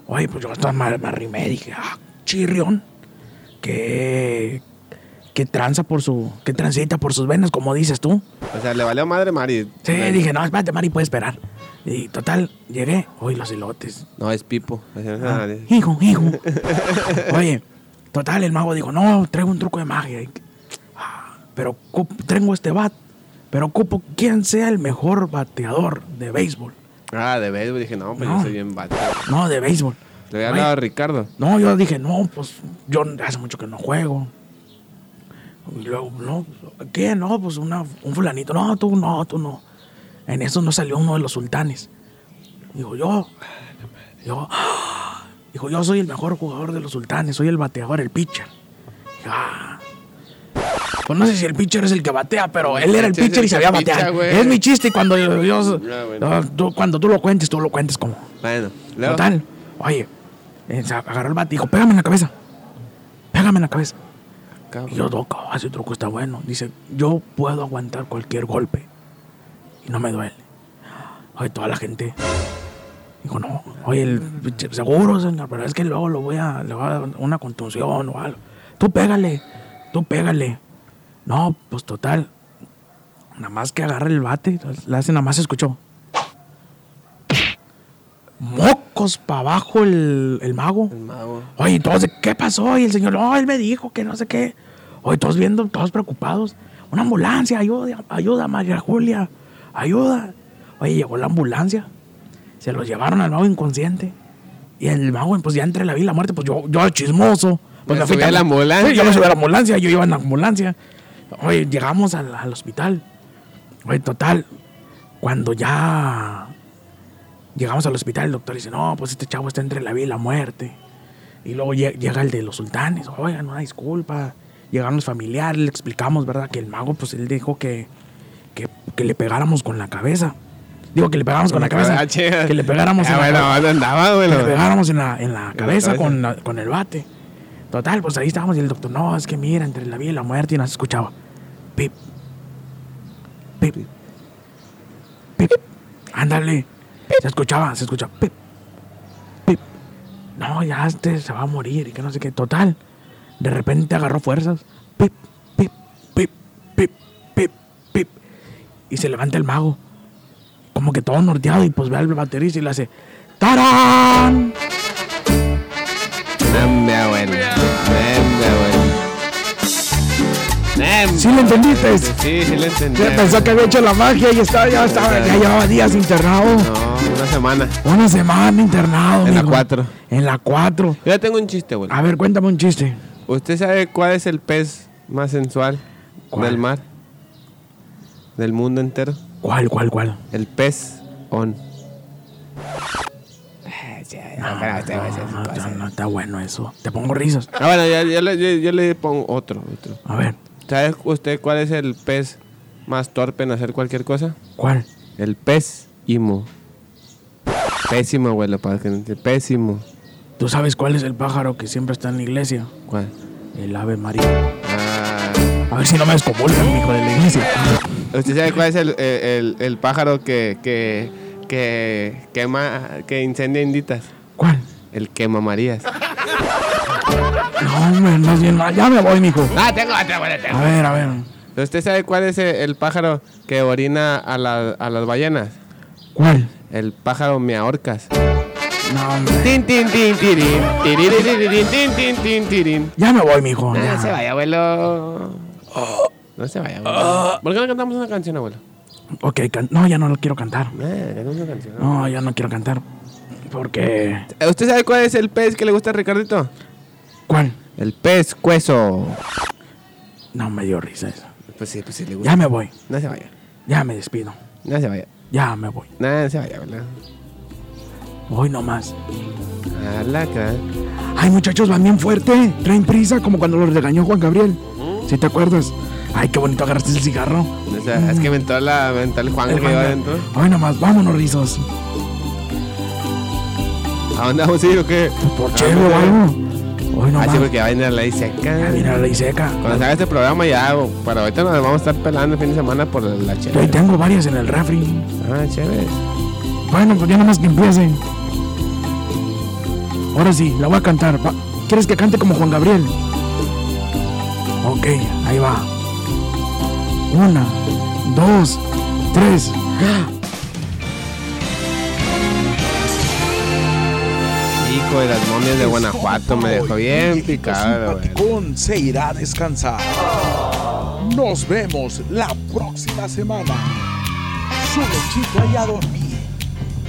Speaker 2: Oye, pues yo hasta me, me arrimé, dije, ah, chirrión, que, que tranza por su, que transita por sus venas, como dices tú.
Speaker 3: O sea, le valió madre Mari.
Speaker 2: Sí, dije, no, espérate, Mari, puede esperar. Y total, llegué, oye, los elotes,
Speaker 3: No, es Pipo.
Speaker 2: Ah, hijo, hijo. Oye, total, el mago dijo, no, traigo un truco de magia. Y- ah, Pero ocup- tengo este bat, pero ocupo quien sea el mejor bateador de béisbol.
Speaker 3: Ah, de béisbol. Dije, no, pues
Speaker 2: No.
Speaker 3: yo soy bien vato.
Speaker 2: No, de béisbol.
Speaker 3: Le había
Speaker 2: Oye,
Speaker 3: hablado a Ricardo.
Speaker 2: No, yo dije, no, pues yo hace mucho que no juego. Y luego, no, ¿qué? No, pues una- un fulanito. No, tú no, tú no. En eso no salió uno de los sultanes. Dijo, yo, yo, ¡ah! dijo, yo soy el mejor jugador de los sultanes, soy el bateador, el pitcher. Dije, ah. Pues no sé si el pitcher es el que batea, pero él era el
Speaker 3: Sí, es el
Speaker 2: pitcher y
Speaker 3: que
Speaker 2: sabía
Speaker 3: picha,
Speaker 2: batear.
Speaker 3: güey.
Speaker 2: Es mi chiste y cuando yo, yo-
Speaker 3: Ya, bueno.
Speaker 2: tú- cuando tú lo cuentes, tú lo cuentes como,
Speaker 3: Bueno, luego.
Speaker 2: Total. Oye, eh, se agarró el bate y dijo, pégame en la cabeza. Pégame en la cabeza.
Speaker 3: Cabrón.
Speaker 2: Y yo, loco, ese truco está bueno. Dice, yo puedo aguantar cualquier golpe. Y no me duele. Oye, toda la gente. Dijo, no, oye, el, pinche- seguro, señor, pero es que luego lo voy a, le voy a dar una contusión o algo. Tú pégale, tú pégale. No, pues total. Nada más que agarra el bate, le hace nada más se escuchó. Mocos para abajo el, el mago.
Speaker 3: El mago.
Speaker 2: Oye, todos, de, ¿qué pasó? Y el señor, no, él me dijo que no sé qué. Oye, todos viendo, todos preocupados. Una ambulancia, ayuda, ayuda, María Julia, ayuda. Oye, llegó la ambulancia. Se los llevaron al mago inconsciente. Y el mago, pues ya entre la vida y la muerte, pues yo, yo chismoso. Pues
Speaker 3: Me
Speaker 2: me fui
Speaker 3: subí a la
Speaker 2: también.
Speaker 3: ambulancia.
Speaker 2: Sí, yo me subí a la ambulancia, yo iba en la ambulancia. Oye, llegamos al, al hospital. Oye, total, cuando ya llegamos al hospital, el doctor dice, no, pues este chavo está entre la vida y la muerte. Y luego lle- llega el de los sultanes, oigan, una disculpa. Llegaron los familiares, le explicamos, ¿verdad? Que el mago, pues él dijo que, que, que le pegáramos con la cabeza. Digo, que le pegáramos con la cabeza.
Speaker 3: Ah, chinga.
Speaker 2: Que le pegáramos
Speaker 3: Ah,
Speaker 2: en la
Speaker 3: bueno,
Speaker 2: cabeza.
Speaker 3: ¿dónde andaba,
Speaker 2: Que le
Speaker 3: abuelo?
Speaker 2: pegáramos en la, en la cabeza,
Speaker 3: cabeza.
Speaker 2: con, la- con el bate. Total, pues ahí estábamos y el doctor, no, es que mira, entre la vida y la muerte y nos escuchaba. Pip. Pip. Pip. Ándale. Se escuchaba, se escuchaba. Pip. Pip. No, ya este se va a morir y que no sé qué. Total. De repente agarró fuerzas. Pip, pip, pip, pip, pip, pip. Y se levanta el mago. Como que todo norteado y pues ve al baterista y le hace. ¡Tarán!
Speaker 3: Hombre, abuelo. Hombre, abuelo. Hombre.
Speaker 2: ¿Sí lo entendiste?
Speaker 3: Sí, sí lo entendí.
Speaker 2: Ya pensó que había hecho la magia y estaba, ya, estaba, ya llevaba días internado.
Speaker 3: No, una semana.
Speaker 2: Una semana internado.
Speaker 3: En la
Speaker 2: mijo.
Speaker 3: cuatro.
Speaker 2: En la 4.
Speaker 3: Yo ya tengo un chiste, abuelo.
Speaker 2: A ver, cuéntame un chiste.
Speaker 3: ¿Usted sabe cuál es el pez más sensual
Speaker 2: ¿Cuál?
Speaker 3: del mar? Del mundo entero.
Speaker 2: ¿Cuál, cuál, cuál?
Speaker 3: El pez on.
Speaker 2: No, no, no está bueno eso. Te pongo risas.
Speaker 3: Ah, bueno, ya- ya le- yo, yo le pongo otro, otro.
Speaker 2: A ver,
Speaker 3: ¿Sabe usted cuál es el pez más torpe en hacer cualquier cosa?
Speaker 2: ¿cuál?
Speaker 3: El pez imo. Pésimo, abuelo, para que no entienda. Pésimo.
Speaker 2: ¿Tú sabes cuál es el pájaro que siempre está en la iglesia?
Speaker 3: ¿Cuál?
Speaker 2: El ave María. A
Speaker 3: Ah,
Speaker 2: ver si no me descomulgan, hijo de la iglesia.
Speaker 3: ¿Usted sabe cuál es el, el- el- el pájaro que, que, que quema, que incendia inditas?
Speaker 2: ¿Cuál?
Speaker 3: El quema Marías.
Speaker 2: No, hombre, más bien mal. Ya me voy, mijo.
Speaker 3: Ah, tengo otra, abuelo, tengo.
Speaker 2: A ver, a ver.
Speaker 3: ¿Usted sabe cuál es el, el pájaro que orina a, la- a las ballenas?
Speaker 2: ¿Cuál?
Speaker 3: El pájaro meahorcas.
Speaker 2: No, hombre.
Speaker 3: Tin, tin, tin, tirín. Tiririririn, tin, tin, tin, tirín.
Speaker 2: Ya me voy, mijo.
Speaker 3: No
Speaker 2: ya.
Speaker 3: se vaya, abuelo. No se vaya, abuelo. ¿Por qué no cantamos una canción, abuelo?
Speaker 2: Ok, can- no, ya no lo quiero cantar.
Speaker 3: Eh, cantamos una canción.
Speaker 2: No, ya no quiero cantar. Porque.
Speaker 3: Eh, ¿Usted sabe cuál es el pez que le gusta a Ricardito?
Speaker 2: ¿Cuál?
Speaker 3: El pez cueso.
Speaker 2: No me dio risa eso.
Speaker 3: Pues sí, pues sí, le gusta.
Speaker 2: Ya me voy.
Speaker 3: No se vaya.
Speaker 2: Ya me despido.
Speaker 3: No se vaya.
Speaker 2: Ya me voy.
Speaker 3: No se vaya, abuelo.
Speaker 2: Hoy nomás.
Speaker 3: A la cara.
Speaker 2: Ay, muchachos, van bien fuerte. Traen prisa, como cuando los regañó Juan Gabriel. Si te acuerdas. Ay, qué bonito agarraste el cigarro.
Speaker 3: O sea, es que mentó la mental Juan que
Speaker 2: El
Speaker 3: va
Speaker 2: Juan-
Speaker 3: adentro.
Speaker 2: Hoy nomás, vámonos, rizos.
Speaker 3: ¿A dónde vamos a ir o qué?
Speaker 2: Por
Speaker 3: Ah,
Speaker 2: chévere
Speaker 3: pues,
Speaker 2: o
Speaker 3: eh.
Speaker 2: algo. Hoy
Speaker 3: Ah, sí,
Speaker 2: nomás.
Speaker 3: porque va a venir la dice
Speaker 2: Ya
Speaker 3: acá.
Speaker 2: viene la ley seca.
Speaker 3: Cuando salga este programa ya, o- para ahorita nos vamos a estar pelando el fin de semana por la
Speaker 2: Yo ahí
Speaker 3: chévere.
Speaker 2: tengo varias en el refri.
Speaker 3: Ah, chévere.
Speaker 2: Bueno, pues ya nomás que empiece. Ahora sí, la voy a cantar. Va- ¿Quieres que cante como Juan Gabriel? Ok, ahí va. Una, dos, tres.
Speaker 3: Hijo de las momias de Guanajuato, me dejó bien picado, güey.
Speaker 1: Con se irá a descansar. Nos vemos la próxima semana. Solo chica y a dormir.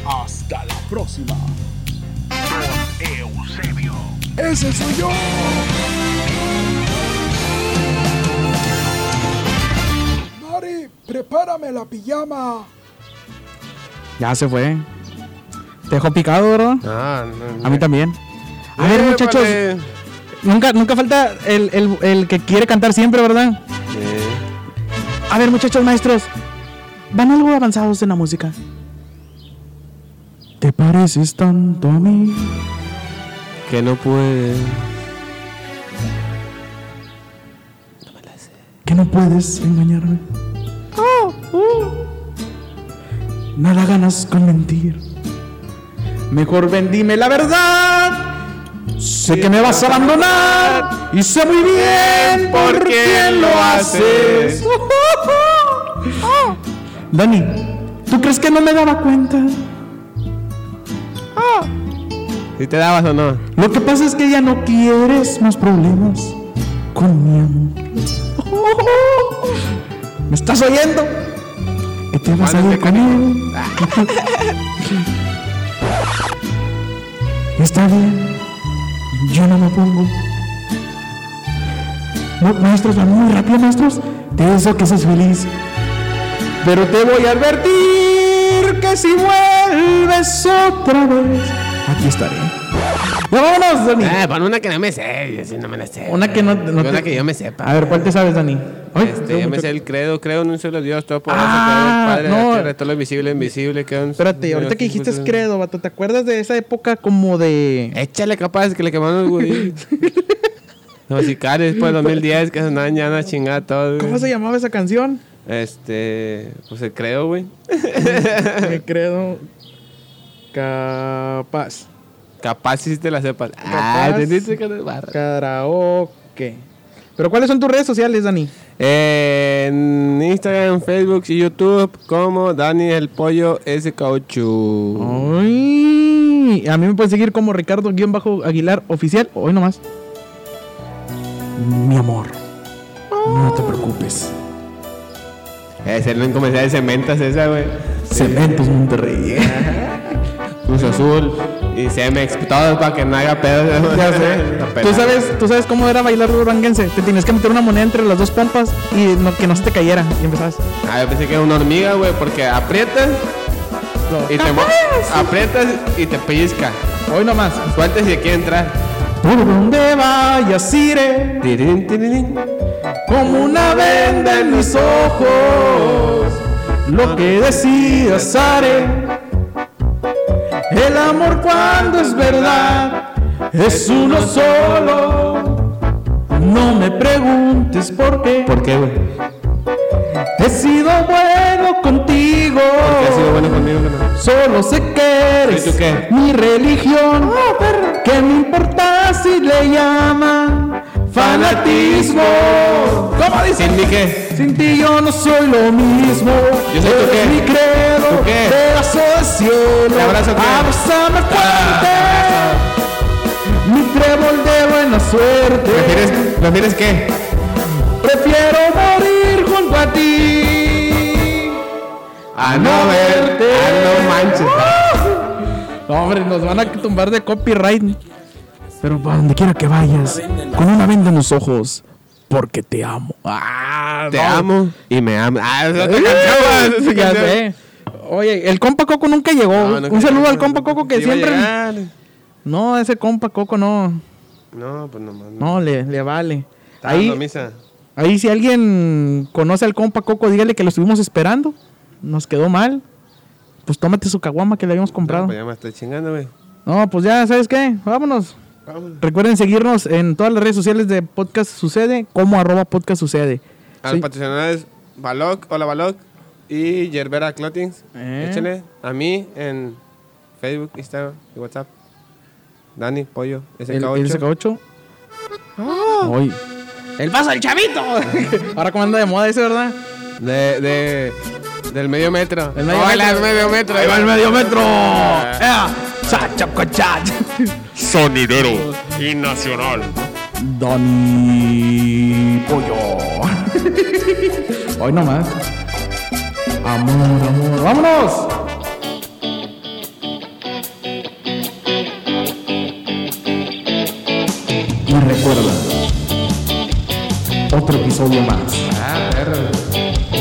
Speaker 1: Hasta la próxima. Eusebio. Ese soy yo. Mari, prepárame la pijama.
Speaker 2: Ya se fue. Te dejó picado, ¿verdad?
Speaker 3: Ah, no, no.
Speaker 2: A mí también. A ver,
Speaker 3: Eh,
Speaker 2: muchachos,
Speaker 3: vale.
Speaker 2: nunca, nunca falta el, el- el que quiere cantar siempre, ¿verdad?
Speaker 3: Sí.
Speaker 2: A ver, muchachos maestros, van algo avanzados en la música. ¿Te pareces tanto a mí?
Speaker 3: Que no puede.
Speaker 2: que no puedes engañarme. Nada ganas con mentir. Mejor ven, dime la verdad. Sé que me vas a abandonar y sé muy bien
Speaker 3: ¿Por
Speaker 2: por
Speaker 3: qué
Speaker 2: quién lo
Speaker 3: lo
Speaker 2: haces.
Speaker 3: haces?
Speaker 2: Dani, ¿tú crees que no me daba cuenta?
Speaker 3: ¿Si te dabas o no?
Speaker 2: Lo que pasa es que ya no quieres más problemas con mi amor. ¿Me estás oyendo? Que te vas a
Speaker 3: Mándate,
Speaker 2: ir con él. Está bien. Yo no me pongo. No, maestros, va muy rápido, maestros. Te deseo que seas feliz. Pero te voy a advertir que si vuelves otra vez, aquí estaré. Ya vámonos, Dani.
Speaker 3: Ah, pon una que no me sé, yo sí no me la sé.
Speaker 2: Una que no, no
Speaker 3: Una
Speaker 2: te-
Speaker 3: que yo me sepa.
Speaker 2: A ver, ¿cuál te sabes, Dani? Ay,
Speaker 3: Este,
Speaker 2: tengo
Speaker 3: yo me
Speaker 2: mucho-
Speaker 3: sé el credo, creo en un solo Dios, todo poderoso,
Speaker 2: Ah,
Speaker 3: creador, Padre de
Speaker 2: no.
Speaker 3: la tierra, todo lo visible, invisible, creo en-
Speaker 2: Espérate, ahorita que dijiste es credo, vato, ¿te acuerdas de esa época como de.
Speaker 3: Échale capaz que le quemaron el güey. Los sicarios después del 2010 que andaban ya a chingar todo.
Speaker 2: ¿Cómo se llamaba esa canción?
Speaker 3: Este, pues el credo, güey.
Speaker 2: Mi credo. Capaz.
Speaker 3: Capaz si te la sepas.
Speaker 2: Capaz.
Speaker 3: Ah, entendiste que no es barra.
Speaker 2: Karaoke. Pero ¿cuáles son tus redes sociales, Dani?
Speaker 3: En Instagram, Facebook y YouTube como Dani el Pollo S. Cauchu.
Speaker 2: Oh. Ay, a mí me pueden seguir como Ricardo-Aguilar Oficial. Hoy nomás. Mi amor. No te preocupes.
Speaker 3: Es el comercial de cementas esa, güey.
Speaker 2: Cementos Monterrey.
Speaker 3: Cruz Azul y Cemex, todo para que no haga pedo.
Speaker 2: Ya sé. ¿Tú sabes, tú sabes cómo era bailar duranguense. Te tienes que meter una moneda entre las dos pompas y no- que no se te cayera. Y empezabas.
Speaker 3: Ah, yo pensé que era una hormiga, güey, porque aprietas
Speaker 2: Lo-
Speaker 3: y te mo- aprietas y te pellizca.
Speaker 2: Hoy nomás.
Speaker 3: Sueltes y aquí entra.
Speaker 2: Por donde vayas iré,
Speaker 3: Tirirín, tirirín.
Speaker 2: como una venda en mis ojos. Lo que decidas haré. El amor cuando es verdad es uno solo. No me preguntes por qué.
Speaker 3: ¿Por qué, Eh, güey?
Speaker 2: He sido bueno contigo.
Speaker 3: ¿Qué ha sido bueno conmigo, carnal?
Speaker 2: Solo sé que eres
Speaker 3: ¿Y tú qué? Ah,
Speaker 2: mi religión. ¿Qué me importa si le llaman fanatismo? ¿Cómo dice?
Speaker 3: ¿Sin mí qué?
Speaker 2: Sin ti yo no soy lo mismo.
Speaker 3: Yo soy tú,
Speaker 2: Eres
Speaker 3: ¿qué?
Speaker 2: mi credo.
Speaker 3: ¿Tú qué?
Speaker 2: Pedazo de cielo.
Speaker 3: ¿Te abrazo, qué? Ah,
Speaker 2: Abrázame fuerte. Mi trébol de buena suerte.
Speaker 3: ¿Prefieres, ¿Prefieres qué?
Speaker 2: Prefiero morir junto a ti.
Speaker 3: A no verte. A no manches.
Speaker 2: Ah, No, hombre, nos van a tumbar de copyright. Pero para donde quiera que vayas, con una venda en los ojos, porque te amo. Ah,
Speaker 3: Te
Speaker 2: no.
Speaker 3: amo y me amo. Ah, es otra canción. es
Speaker 2: Eh,
Speaker 3: otra
Speaker 2: Ya
Speaker 3: canción.
Speaker 2: sé. Oye, el compa Coco nunca llegó.
Speaker 3: No, no
Speaker 2: Un saludo
Speaker 3: creo,
Speaker 2: al compa
Speaker 3: no,
Speaker 2: Coco que
Speaker 3: sí iba a
Speaker 2: siempre.
Speaker 3: llegar.
Speaker 2: No, ese compa Coco no.
Speaker 3: No, pues nomás.
Speaker 2: No, le, le vale.
Speaker 3: Está dando
Speaker 2: Ahí,
Speaker 3: misa.
Speaker 2: ahí, si alguien conoce al compa Coco, dígale que lo estuvimos esperando. Nos quedó mal. Pues tómate su caguama que le habíamos
Speaker 3: No,
Speaker 2: comprado.
Speaker 3: pues ya me estoy chingando, güey.
Speaker 2: No, pues ya, ¿sabes qué? Vámonos.
Speaker 3: Vámonos.
Speaker 2: Recuerden seguirnos en todas las redes sociales de Podcast Sucede, como arroba Podcast Sucede.
Speaker 3: A
Speaker 2: Sí.
Speaker 3: los patrocinadores Baloc, hola Baloc y Yerbera Clothings.
Speaker 2: Eh.
Speaker 3: Échenle a mí en Facebook, Instagram y WhatsApp. Dani, Pollo,
Speaker 2: El,
Speaker 3: SK8.
Speaker 2: el SK8. Ay. Ah. ¡El paso del chavito! Ahora como anda de moda ese, ¿verdad?
Speaker 3: De, de, del medio metro.
Speaker 2: El medio
Speaker 3: Hola,
Speaker 2: metro.
Speaker 3: el medio metro.
Speaker 2: Ahí va el medio metro.
Speaker 3: Ah.
Speaker 2: ¡Ea! Cha, cha, cha, cha.
Speaker 6: Sonidero y nacional.
Speaker 2: Dani Pollo. Hoy nomás. Amor, amor. ¡Vámonos! Y recuerda, otro episodio más.
Speaker 3: Ah, perro.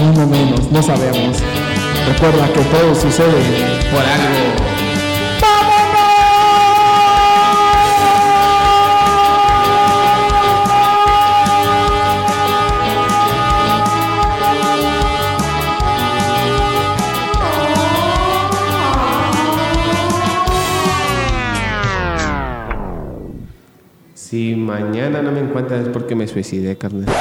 Speaker 2: Uno menos, no sabemos. Recuerda que todo sucede
Speaker 3: Por algo. Si mañana no me encuentras es porque me suicidé, carnal.